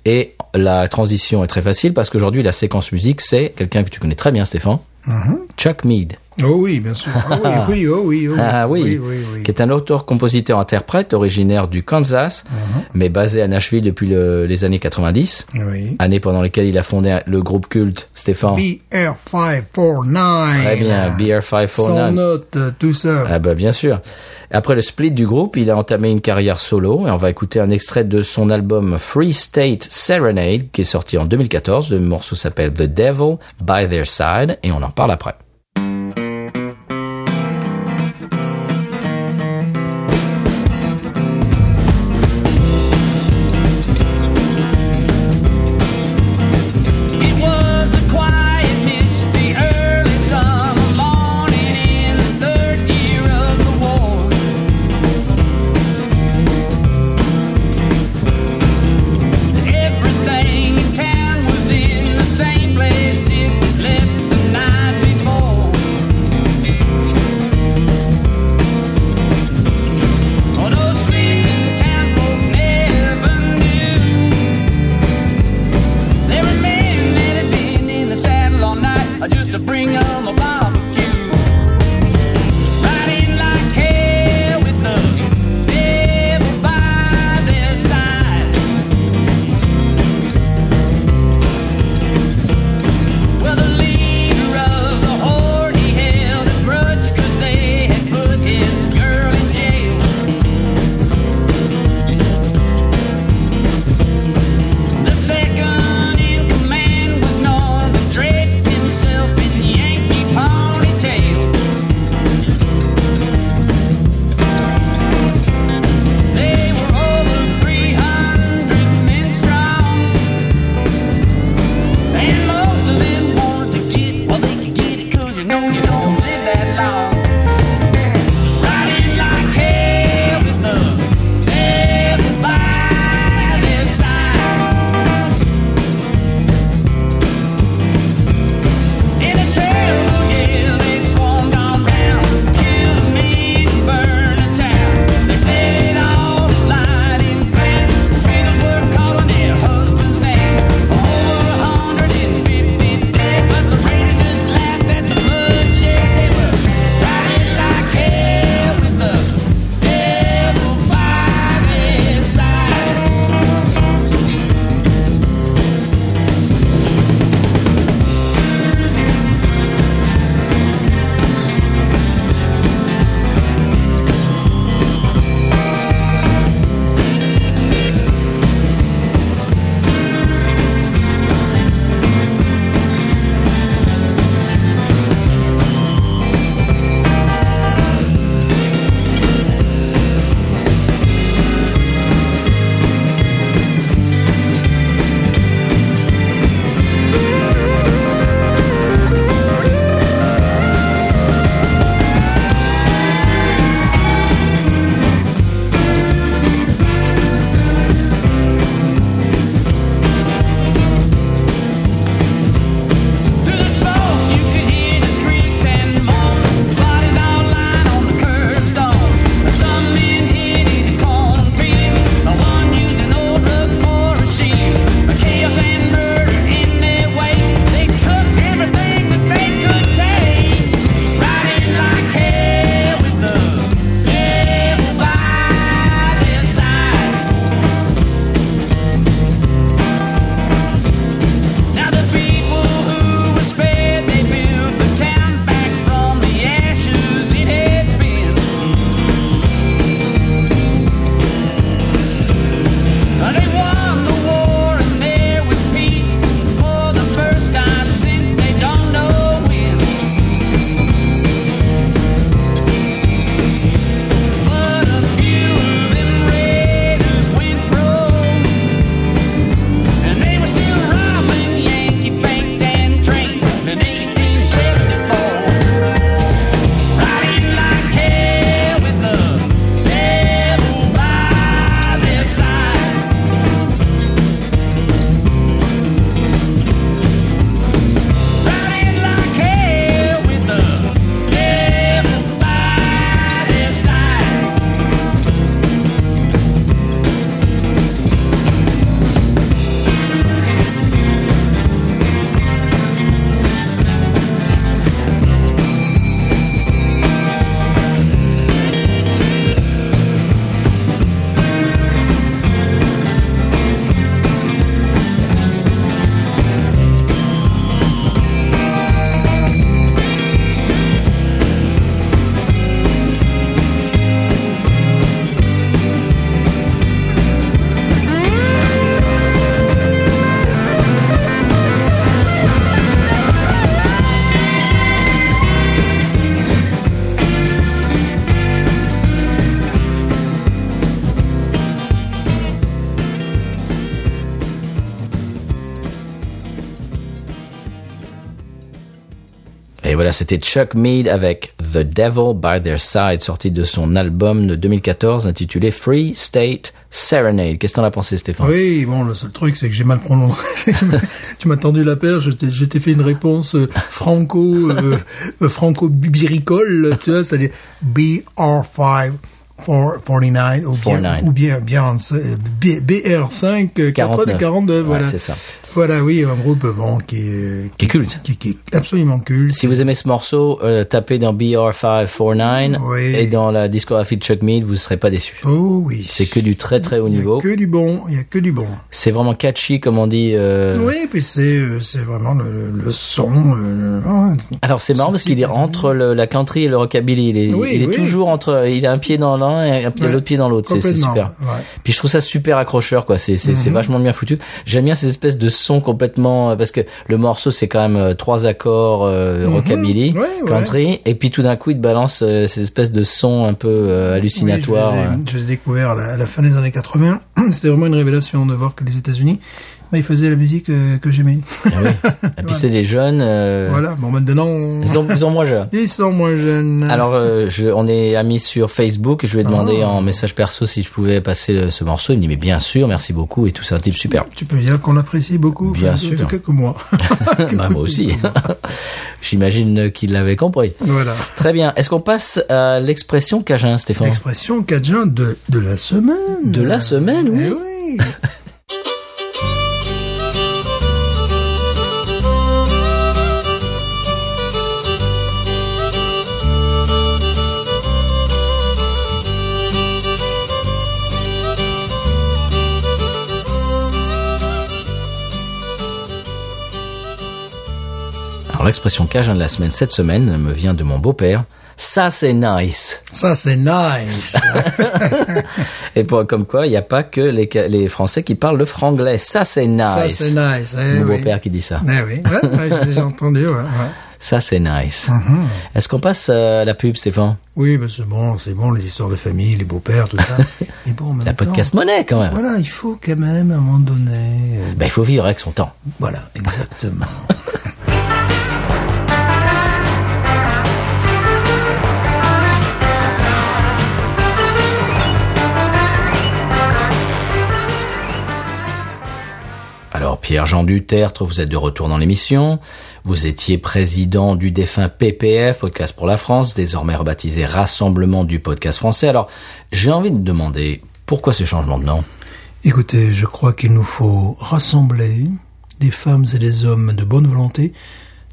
[SPEAKER 2] Et la transition est très facile parce qu'aujourd'hui la séquence musique, c'est quelqu'un que tu connais très bien, Stéphane,
[SPEAKER 3] Mhm.
[SPEAKER 2] Chuck Mead.
[SPEAKER 3] Oh oui, bien sûr. Ah oui, oui, oh oui, oh oui.
[SPEAKER 2] Ah oui,
[SPEAKER 3] oui, oui, oui.
[SPEAKER 2] qui est un auteur-compositeur-interprète originaire du Kansas,
[SPEAKER 3] Uh-huh.
[SPEAKER 2] mais basé à Nashville depuis le- les années 90,
[SPEAKER 3] Oui.
[SPEAKER 2] année pendant lesquelles il a fondé un- le groupe culte Stéphane.
[SPEAKER 3] BR549.
[SPEAKER 2] Très bien,
[SPEAKER 3] Sans
[SPEAKER 2] BR549.
[SPEAKER 3] notes, euh, tout ça.
[SPEAKER 2] Ah bah bien sûr. Après le split du groupe, il a entamé une carrière solo et on va écouter un extrait de son album Free State Serenade qui est sorti en 2014. Le morceau s'appelle The Devil by Their Side et on en parle après.
[SPEAKER 4] It was a quiet misty early summer morning in the third year of the war. Everything in town was in the same place it left the night before. uh,
[SPEAKER 2] Et voilà, c'était Chuck Mead avec The Devil by Their Side, sorti de son album de 2014 intitulé Free State Serenade. Qu'est-ce que t'en as pensé, Stéphane
[SPEAKER 3] Oui, bon, le seul truc, c'est que j'ai mal prononcé. tu m'as tendu la perche, je t'ai- je t'ai fait une réponse euh, franco, euh, euh, franco-bibiricole, tu vois, c'est-à-dire BR5. 49 ou bien
[SPEAKER 2] 49.
[SPEAKER 3] ou bien bien euh, B- BR5 euh, 49
[SPEAKER 2] 49, ouais,
[SPEAKER 3] voilà
[SPEAKER 2] c'est ça.
[SPEAKER 3] voilà oui un groupe bon qui est
[SPEAKER 2] Qui est culte.
[SPEAKER 3] qui, qui est absolument culte
[SPEAKER 2] Si vous aimez ce morceau, euh, tapez dans BR549
[SPEAKER 3] Oui.
[SPEAKER 2] et dans la discographie de Chuck Mead, vous ne serez pas déçus.
[SPEAKER 3] oh oui
[SPEAKER 2] C'est que du très très haut
[SPEAKER 3] il y a
[SPEAKER 2] niveau.
[SPEAKER 3] que du bon il y a que du bon
[SPEAKER 2] C'est vraiment catchy, comme on dit. euh,
[SPEAKER 3] oui puis c'est euh, c'est vraiment le, le son euh, ouais.
[SPEAKER 2] Alors c'est marrant parce
[SPEAKER 3] petit
[SPEAKER 2] qu'il est
[SPEAKER 3] peu-
[SPEAKER 2] entre le- la country et le rockabilly. Il est,
[SPEAKER 3] Oui,
[SPEAKER 2] il est
[SPEAKER 3] oui.
[SPEAKER 2] toujours entre. Il a un pied dans l'un et un pied-
[SPEAKER 3] Ouais.
[SPEAKER 2] l'autre pied dans l'autre. C'est- C'est
[SPEAKER 3] Complètement, Mhm.
[SPEAKER 2] super.
[SPEAKER 3] ouais.
[SPEAKER 2] Puis je trouve ça super accrocheur quoi. C'est c'est c'est vachement bien foutu. J'aime bien ces espèces de sons complètement euh, parce que le morceau c'est quand même euh, trois accords euh, rockabilly,
[SPEAKER 3] Mhm. Ouais, ouais.
[SPEAKER 2] country et puis tout d'un coup il te balance euh, ces espèces de sons un peu euh, hallucinatoires.
[SPEAKER 3] Oui, je les ai-
[SPEAKER 2] euh.
[SPEAKER 3] je, les ai découverts à la, à la fin des années 80. C'était vraiment une révélation de voir que les États-Unis, bah, ils faisaient la musique euh, que j'aimais.
[SPEAKER 2] Ah oui. Et puis c'est des jeunes. euh,
[SPEAKER 3] voilà. Bon, maintenant, on-
[SPEAKER 2] Ils ont ils ont moins jeunes.
[SPEAKER 3] ils sont moins jeunes.
[SPEAKER 2] Alors, euh, je, on est amis sur Facebook.
[SPEAKER 3] Ah.
[SPEAKER 2] Je lui ai demandé en message perso si je pouvais passer euh, ce morceau. Il me dit mais bien sûr, merci beaucoup et tout. C'est un type super.
[SPEAKER 3] tu peux dire qu'on l'apprécie beaucoup.
[SPEAKER 2] Bien
[SPEAKER 3] enfin,
[SPEAKER 2] sûr.
[SPEAKER 3] En tout cas, que moi.
[SPEAKER 2] bah, moi aussi. J'imagine qu'il l'avait compris.
[SPEAKER 3] voilà.
[SPEAKER 2] Très bien. Est-ce qu'on passe à l'expression Cajun, Stéphane
[SPEAKER 3] L'expression Cajun de, de la semaine.
[SPEAKER 2] De la semaine, oui.
[SPEAKER 3] Eh oui.
[SPEAKER 2] Alors, l'expression Cajun de la semaine, cette semaine, me vient de mon beau-père. Ça, c'est nice.
[SPEAKER 3] Ça, c'est nice.
[SPEAKER 2] Et pour, comme quoi, il n'y a pas que les, Ca- les Français qui parlent le franglais. Ça, c'est nice.
[SPEAKER 3] Ça, c'est nice. Eh
[SPEAKER 2] Mon
[SPEAKER 3] oui.
[SPEAKER 2] beau-père qui dit ça.
[SPEAKER 3] Eh oui. Ouais, ouais, j'ai déjà entendu. ouais, ouais.
[SPEAKER 2] Ça, c'est nice.
[SPEAKER 3] Mm-hmm.
[SPEAKER 2] Est-ce qu'on passe euh, à la pub, Stéphane
[SPEAKER 3] Oui, mais c'est bon, c'est bon, les histoires de famille, les beaux-pères, tout ça. Mais bon, en même
[SPEAKER 2] La
[SPEAKER 3] temps,
[SPEAKER 2] podcast monnaie, quand même.
[SPEAKER 3] Voilà, il faut quand même, à un moment donné. euh,
[SPEAKER 2] Ben, il faut vivre avec son temps.
[SPEAKER 3] Voilà, exactement.
[SPEAKER 2] Alors Pierre-Jean Dutertre, vous êtes de retour dans l'émission. Vous étiez président du défunt PPF, Podcast pour la France, désormais rebaptisé Rassemblement du podcast français. Alors j'ai envie de demander pourquoi ce changement de nom
[SPEAKER 3] Écoutez, je crois qu'il nous faut rassembler des femmes et des hommes de bonne volonté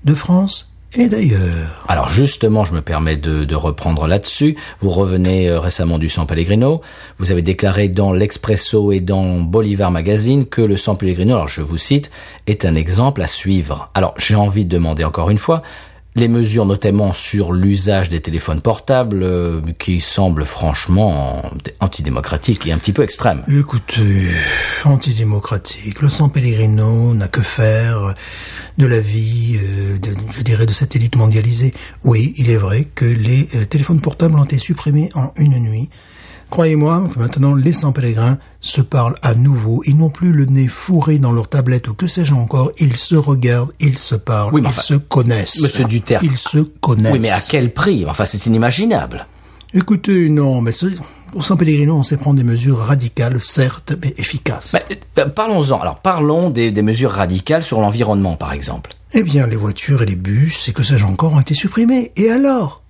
[SPEAKER 3] de France et d'ailleurs.
[SPEAKER 2] Alors justement, je me permets de, de reprendre là-dessus. Vous revenez euh, récemment du San Pellegrino. Vous avez déclaré dans l'Expresso et dans Bolivar Magazine que le San Pellegrino, alors je vous cite, est un exemple à suivre. Alors j'ai envie de demander encore une fois les mesures notamment sur l'usage des téléphones portables euh, qui semblent franchement antidémocratiques et un petit peu extrêmes.
[SPEAKER 3] Écoutez, antidémocratique, le San Pellegrino n'a que faire de la vie, euh, de- je dirais, de cette élite mondialisée. Oui, il est vrai que les euh, téléphones portables ont été supprimés en une nuit. Croyez-moi, maintenant, les sans pèlerins se parlent à nouveau. Ils n'ont plus le nez fourré dans leur tablette ou que sais-je encore. Ils se regardent, ils se parlent,
[SPEAKER 2] Oui, mais
[SPEAKER 3] ils
[SPEAKER 2] enfin,
[SPEAKER 3] se connaissent.
[SPEAKER 2] Monsieur Duterte.
[SPEAKER 3] Ils se connaissent.
[SPEAKER 2] Oui, mais à quel prix Enfin, c'est inimaginable.
[SPEAKER 3] Écoutez, non, mais ce- au San Pellegrino, on sait prendre des mesures radicales, certes, mais efficaces.
[SPEAKER 2] Ben, euh, Parlons-en. Alors parlons des- des mesures radicales sur l'environnement, par exemple.
[SPEAKER 3] Eh bien, les voitures et les bus et que sais-je encore ont été supprimés. Et alors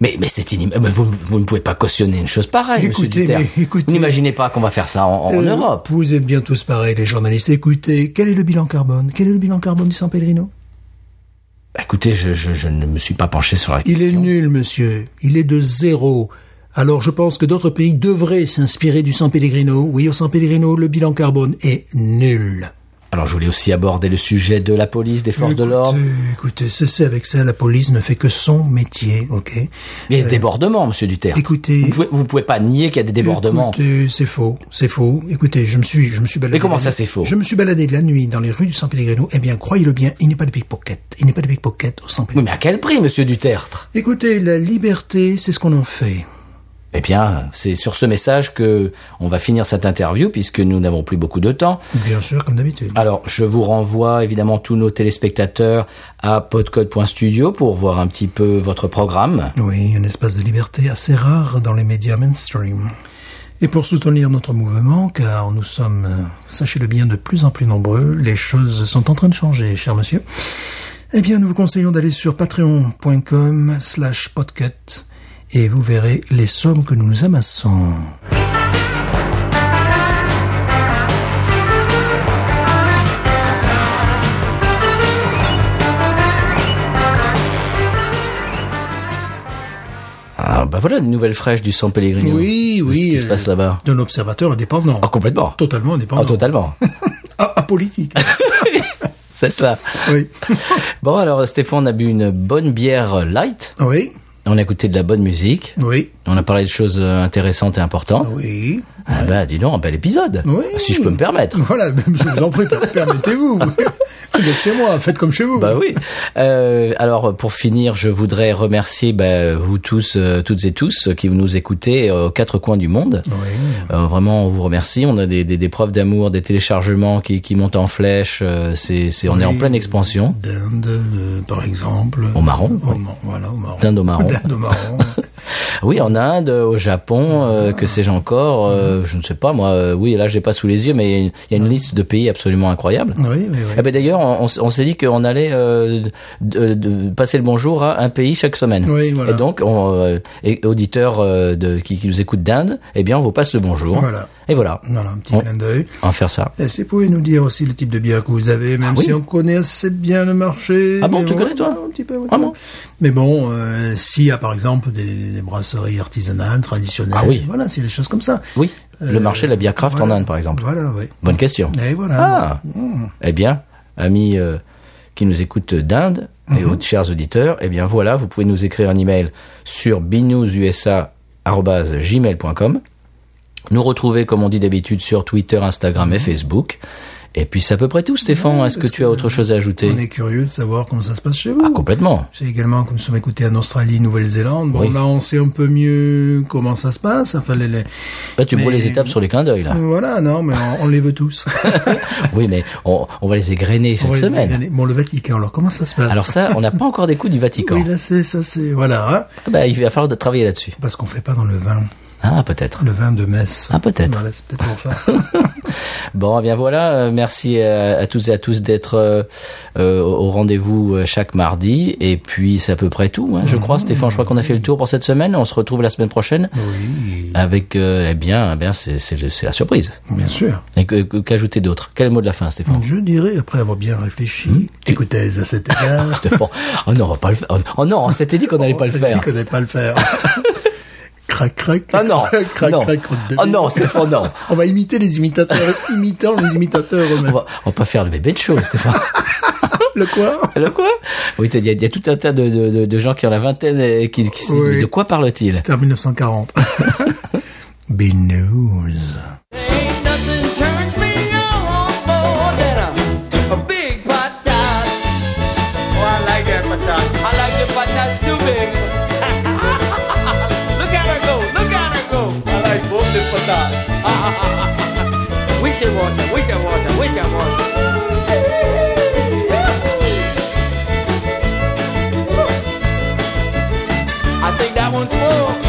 [SPEAKER 2] Mais, mais c'est inim... mais vous, vous ne pouvez pas cautionner une chose pareille,
[SPEAKER 3] Écoutez,
[SPEAKER 2] monsieur Duterte.
[SPEAKER 3] mais écoutez-
[SPEAKER 2] Vous N'imaginez pas qu'on va faire ça en, en
[SPEAKER 3] Euh,
[SPEAKER 2] Europe.
[SPEAKER 3] Vous êtes bien tous pareils, les journalistes. Écoutez, quel est le bilan carbone Quel est le bilan carbone du San Pellegrino
[SPEAKER 2] Bah, écoutez, je, je, je ne me suis pas penché sur la
[SPEAKER 3] Il
[SPEAKER 2] question.
[SPEAKER 3] est nul, monsieur. Il est de zéro. Alors je pense que d'autres pays devraient s'inspirer du San Pellegrino. Oui, au San Pellegrino, le bilan carbone est nul.
[SPEAKER 2] Alors je voulais aussi aborder le sujet de la police, des forces de
[SPEAKER 3] Écoutez,
[SPEAKER 2] l'ordre.
[SPEAKER 3] Écoutez, cessez avec ça. La police ne fait que son métier, ok
[SPEAKER 2] Il y a des débordements, monsieur Duterte.
[SPEAKER 3] euh, écoutez-
[SPEAKER 2] Vous pouvez, vous pouvez pas nier qu'il y a des débordements.
[SPEAKER 3] Écoutez, c'est faux, c'est faux. Écoutez, je me suis, je me suis baladé.
[SPEAKER 2] Mais comment
[SPEAKER 3] la
[SPEAKER 2] ça,
[SPEAKER 3] nuit-
[SPEAKER 2] c'est faux
[SPEAKER 3] Je me suis baladé la nuit dans les rues du San Pellegrino. Eh bien, croyez-le bien, il n'est pas de pickpocket. Il n'est pas de pickpocket au San
[SPEAKER 2] Oui,
[SPEAKER 3] Pellegrino.
[SPEAKER 2] mais à quel prix, monsieur Duterte
[SPEAKER 3] Écoutez, la liberté, c'est ce qu'on en fait.
[SPEAKER 2] Eh bien, c'est sur ce message que on va finir cette interview puisque nous n'avons plus beaucoup de temps.
[SPEAKER 3] Bien sûr, comme d'habitude.
[SPEAKER 2] Alors, je vous renvoie évidemment tous nos téléspectateurs à podcode.studio pour voir un petit peu votre programme.
[SPEAKER 3] Oui, un espace de liberté assez rare dans les médias mainstream. Et pour soutenir notre mouvement, car nous sommes, euh, sachez-le bien, de plus en plus nombreux, les choses sont en train de changer, cher monsieur, eh bien nous vous conseillons d'aller sur patreon.com slash podcut et vous verrez les sommes que nous amassons.
[SPEAKER 2] Ah, bah voilà une nouvelle fraîche du San Pellegrino. Qu'est-ce qui se passe là-bas
[SPEAKER 3] D'un observateur indépendant.
[SPEAKER 2] Ah, complètement.
[SPEAKER 3] euh, Totalement
[SPEAKER 2] Ah,
[SPEAKER 3] indépendant.
[SPEAKER 2] totalement.
[SPEAKER 3] Ah, apolitique.
[SPEAKER 2] c'est cela.
[SPEAKER 3] oui.
[SPEAKER 2] Bon, alors Stéphane, on a bu une bonne bière light.
[SPEAKER 3] Oui.
[SPEAKER 2] On a écouté de la bonne musique.
[SPEAKER 3] Oui.
[SPEAKER 2] On a parlé de choses euh, intéressantes et importantes.
[SPEAKER 3] Oui.
[SPEAKER 2] Ah bah, dis donc, un bel épisode.
[SPEAKER 3] Oui.
[SPEAKER 2] Si je peux me permettre.
[SPEAKER 3] Voilà, je vous en prie, per- permettez-vous. Vous êtes chez moi, faites comme chez vous.
[SPEAKER 2] Bah oui. Euh, alors pour finir, je voudrais remercier bah, vous tous, euh, toutes et tous, euh, qui nous écoutez euh, aux quatre coins du monde.
[SPEAKER 3] Oui.
[SPEAKER 2] Euh, vraiment, on vous remercie. On a des, des, des preuves d'amour, des téléchargements qui, qui montent en flèche. euh, c'est, c'est, on est en
[SPEAKER 3] Oui.
[SPEAKER 2] pleine expansion.
[SPEAKER 3] Dinde, euh, par exemple.
[SPEAKER 2] Au marron,
[SPEAKER 3] Au
[SPEAKER 2] oui.
[SPEAKER 3] mar- Voilà, au marron.
[SPEAKER 2] Dinde au marron.
[SPEAKER 3] Dinde au marron.
[SPEAKER 2] Oui, en Inde, au Japon, euh, que sais-je encore euh, Je ne sais pas moi. euh, oui, là, je l'ai pas sous les yeux, mais il y a une- il y a une liste de pays absolument incroyable.
[SPEAKER 3] oui, oui, oui.
[SPEAKER 2] Eh ben d'ailleurs, on, on s- on s'est dit qu'on allait euh, de- de passer le bonjour à un pays chaque semaine.
[SPEAKER 3] Oui, voilà.
[SPEAKER 2] Et donc, on, euh, et auditeurs euh, de, qui, qui nous écoutent d'Inde, eh bien, on vous passe le bonjour.
[SPEAKER 3] Voilà.
[SPEAKER 2] Et voilà,
[SPEAKER 3] Voilà, un petit
[SPEAKER 2] On-
[SPEAKER 3] clin d'œil.
[SPEAKER 2] on va faire ça.
[SPEAKER 3] Et si vous pouvez nous dire aussi le type de bière que vous avez, même
[SPEAKER 2] Ah oui.
[SPEAKER 3] si on connaît assez bien le marché.
[SPEAKER 2] Ah bon,
[SPEAKER 3] mais
[SPEAKER 2] tu connais, toi
[SPEAKER 3] Un petit peu, oui.
[SPEAKER 2] Ah bon
[SPEAKER 3] Mais bon, euh, s'il y a par exemple des, des brasseries artisanales, traditionnelles,
[SPEAKER 2] Ah oui.
[SPEAKER 3] voilà, c'est des choses comme ça.
[SPEAKER 2] Oui, le
[SPEAKER 3] Euh,
[SPEAKER 2] marché de la bière craft
[SPEAKER 3] voilà.
[SPEAKER 2] en Inde, par exemple.
[SPEAKER 3] Voilà, oui.
[SPEAKER 2] Bonne question.
[SPEAKER 3] Et voilà.
[SPEAKER 2] Ah, eh bien, amis euh, qui nous écoutent d'Inde
[SPEAKER 3] Mhm.
[SPEAKER 2] et aux chers auditeurs, eh bien voilà, vous pouvez nous écrire un email sur binoususa@gmail.com. Nous retrouver, comme on dit d'habitude, sur Twitter, Instagram et Facebook. Et puis c'est à peu près tout, Stéphane. Est-ce que
[SPEAKER 3] Mhm. parce
[SPEAKER 2] tu as
[SPEAKER 3] que
[SPEAKER 2] autre chose à ajouter
[SPEAKER 3] On est curieux de savoir comment ça se passe chez vous.
[SPEAKER 2] Ah, complètement.
[SPEAKER 3] C'est également que nous sommes écoutés en Australie, Nouvelle-Zélande. Bon,
[SPEAKER 2] Oui.
[SPEAKER 3] là, on sait un peu mieux comment ça se passe. Enfin, les, les-
[SPEAKER 2] Là, tu
[SPEAKER 3] Mais-
[SPEAKER 2] brûles les étapes sur les clins d'œil, là.
[SPEAKER 3] Voilà, non, mais on, on les veut tous.
[SPEAKER 2] oui, mais on, on va les égrener
[SPEAKER 3] On
[SPEAKER 2] chaque
[SPEAKER 3] va les
[SPEAKER 2] semaine.
[SPEAKER 3] égrener. Bon, le Vatican, alors, comment ça se passe
[SPEAKER 2] Alors ça, on n'a pas encore des coups du Vatican.
[SPEAKER 3] Oui, là, c'est ça, c'est... Voilà, hein.
[SPEAKER 2] Ah bah, il va falloir de travailler là-dessus.
[SPEAKER 3] Parce qu'on fait pas dans le vin.
[SPEAKER 2] Ah, peut-être.
[SPEAKER 3] Le vin de Metz.
[SPEAKER 2] Ah, peut-être.
[SPEAKER 3] Voilà, c'est peut-être pour ça.
[SPEAKER 2] Bon, eh bien voilà, euh, merci à, à tous et à tous d'être euh, euh, au rendez-vous euh, chaque mardi. Et puis c'est à peu près tout, hein, je
[SPEAKER 3] Mhm.
[SPEAKER 2] crois, Stéphane. Je crois qu'on a fait le tour pour cette semaine. On se retrouve la semaine prochaine
[SPEAKER 3] oui,
[SPEAKER 2] avec, euh, eh bien, eh bien c'est c'est le- c'est la surprise.
[SPEAKER 3] bien sûr.
[SPEAKER 2] Et que- que- qu'ajouter d'autre Quel est le mot de la fin, Stéphane
[SPEAKER 3] Je dirais, après avoir bien réfléchi,
[SPEAKER 2] Hmm.
[SPEAKER 3] écoutez, à cet égard...
[SPEAKER 2] Stéphane, oh non, on va pas le faire. Oh non, on s'était dit qu'on n'allait
[SPEAKER 3] on
[SPEAKER 2] pas le
[SPEAKER 3] s'est
[SPEAKER 2] faire.
[SPEAKER 3] dit qu'on allait pas le faire. crac, crac.
[SPEAKER 2] Ah non,
[SPEAKER 3] Crac, crac,
[SPEAKER 2] non.
[SPEAKER 3] crac, crotte de
[SPEAKER 2] Oh
[SPEAKER 3] bite.
[SPEAKER 2] non, Stéphane, non.
[SPEAKER 3] On va imiter les imitateurs, imitant les imitateurs
[SPEAKER 2] On
[SPEAKER 3] eux-mêmes.
[SPEAKER 2] va, on va pas faire le bébé de show, Stéphane.
[SPEAKER 3] Le quoi
[SPEAKER 2] Le quoi Oui, il y, a- il y a tout un tas de, de, de- de gens qui ont la vingtaine et qui, qui se disent,
[SPEAKER 3] Oui.
[SPEAKER 2] mais de quoi parle-t-il
[SPEAKER 3] C'était en 1940. Binous.
[SPEAKER 4] Ain't nothing turns me on more than a, a big patat. Oh, I like that patat. I like the patats too big. look at her go, look at her go. I like both the patats. we should watch her, we should watch her, we should watch her. I think that one's full.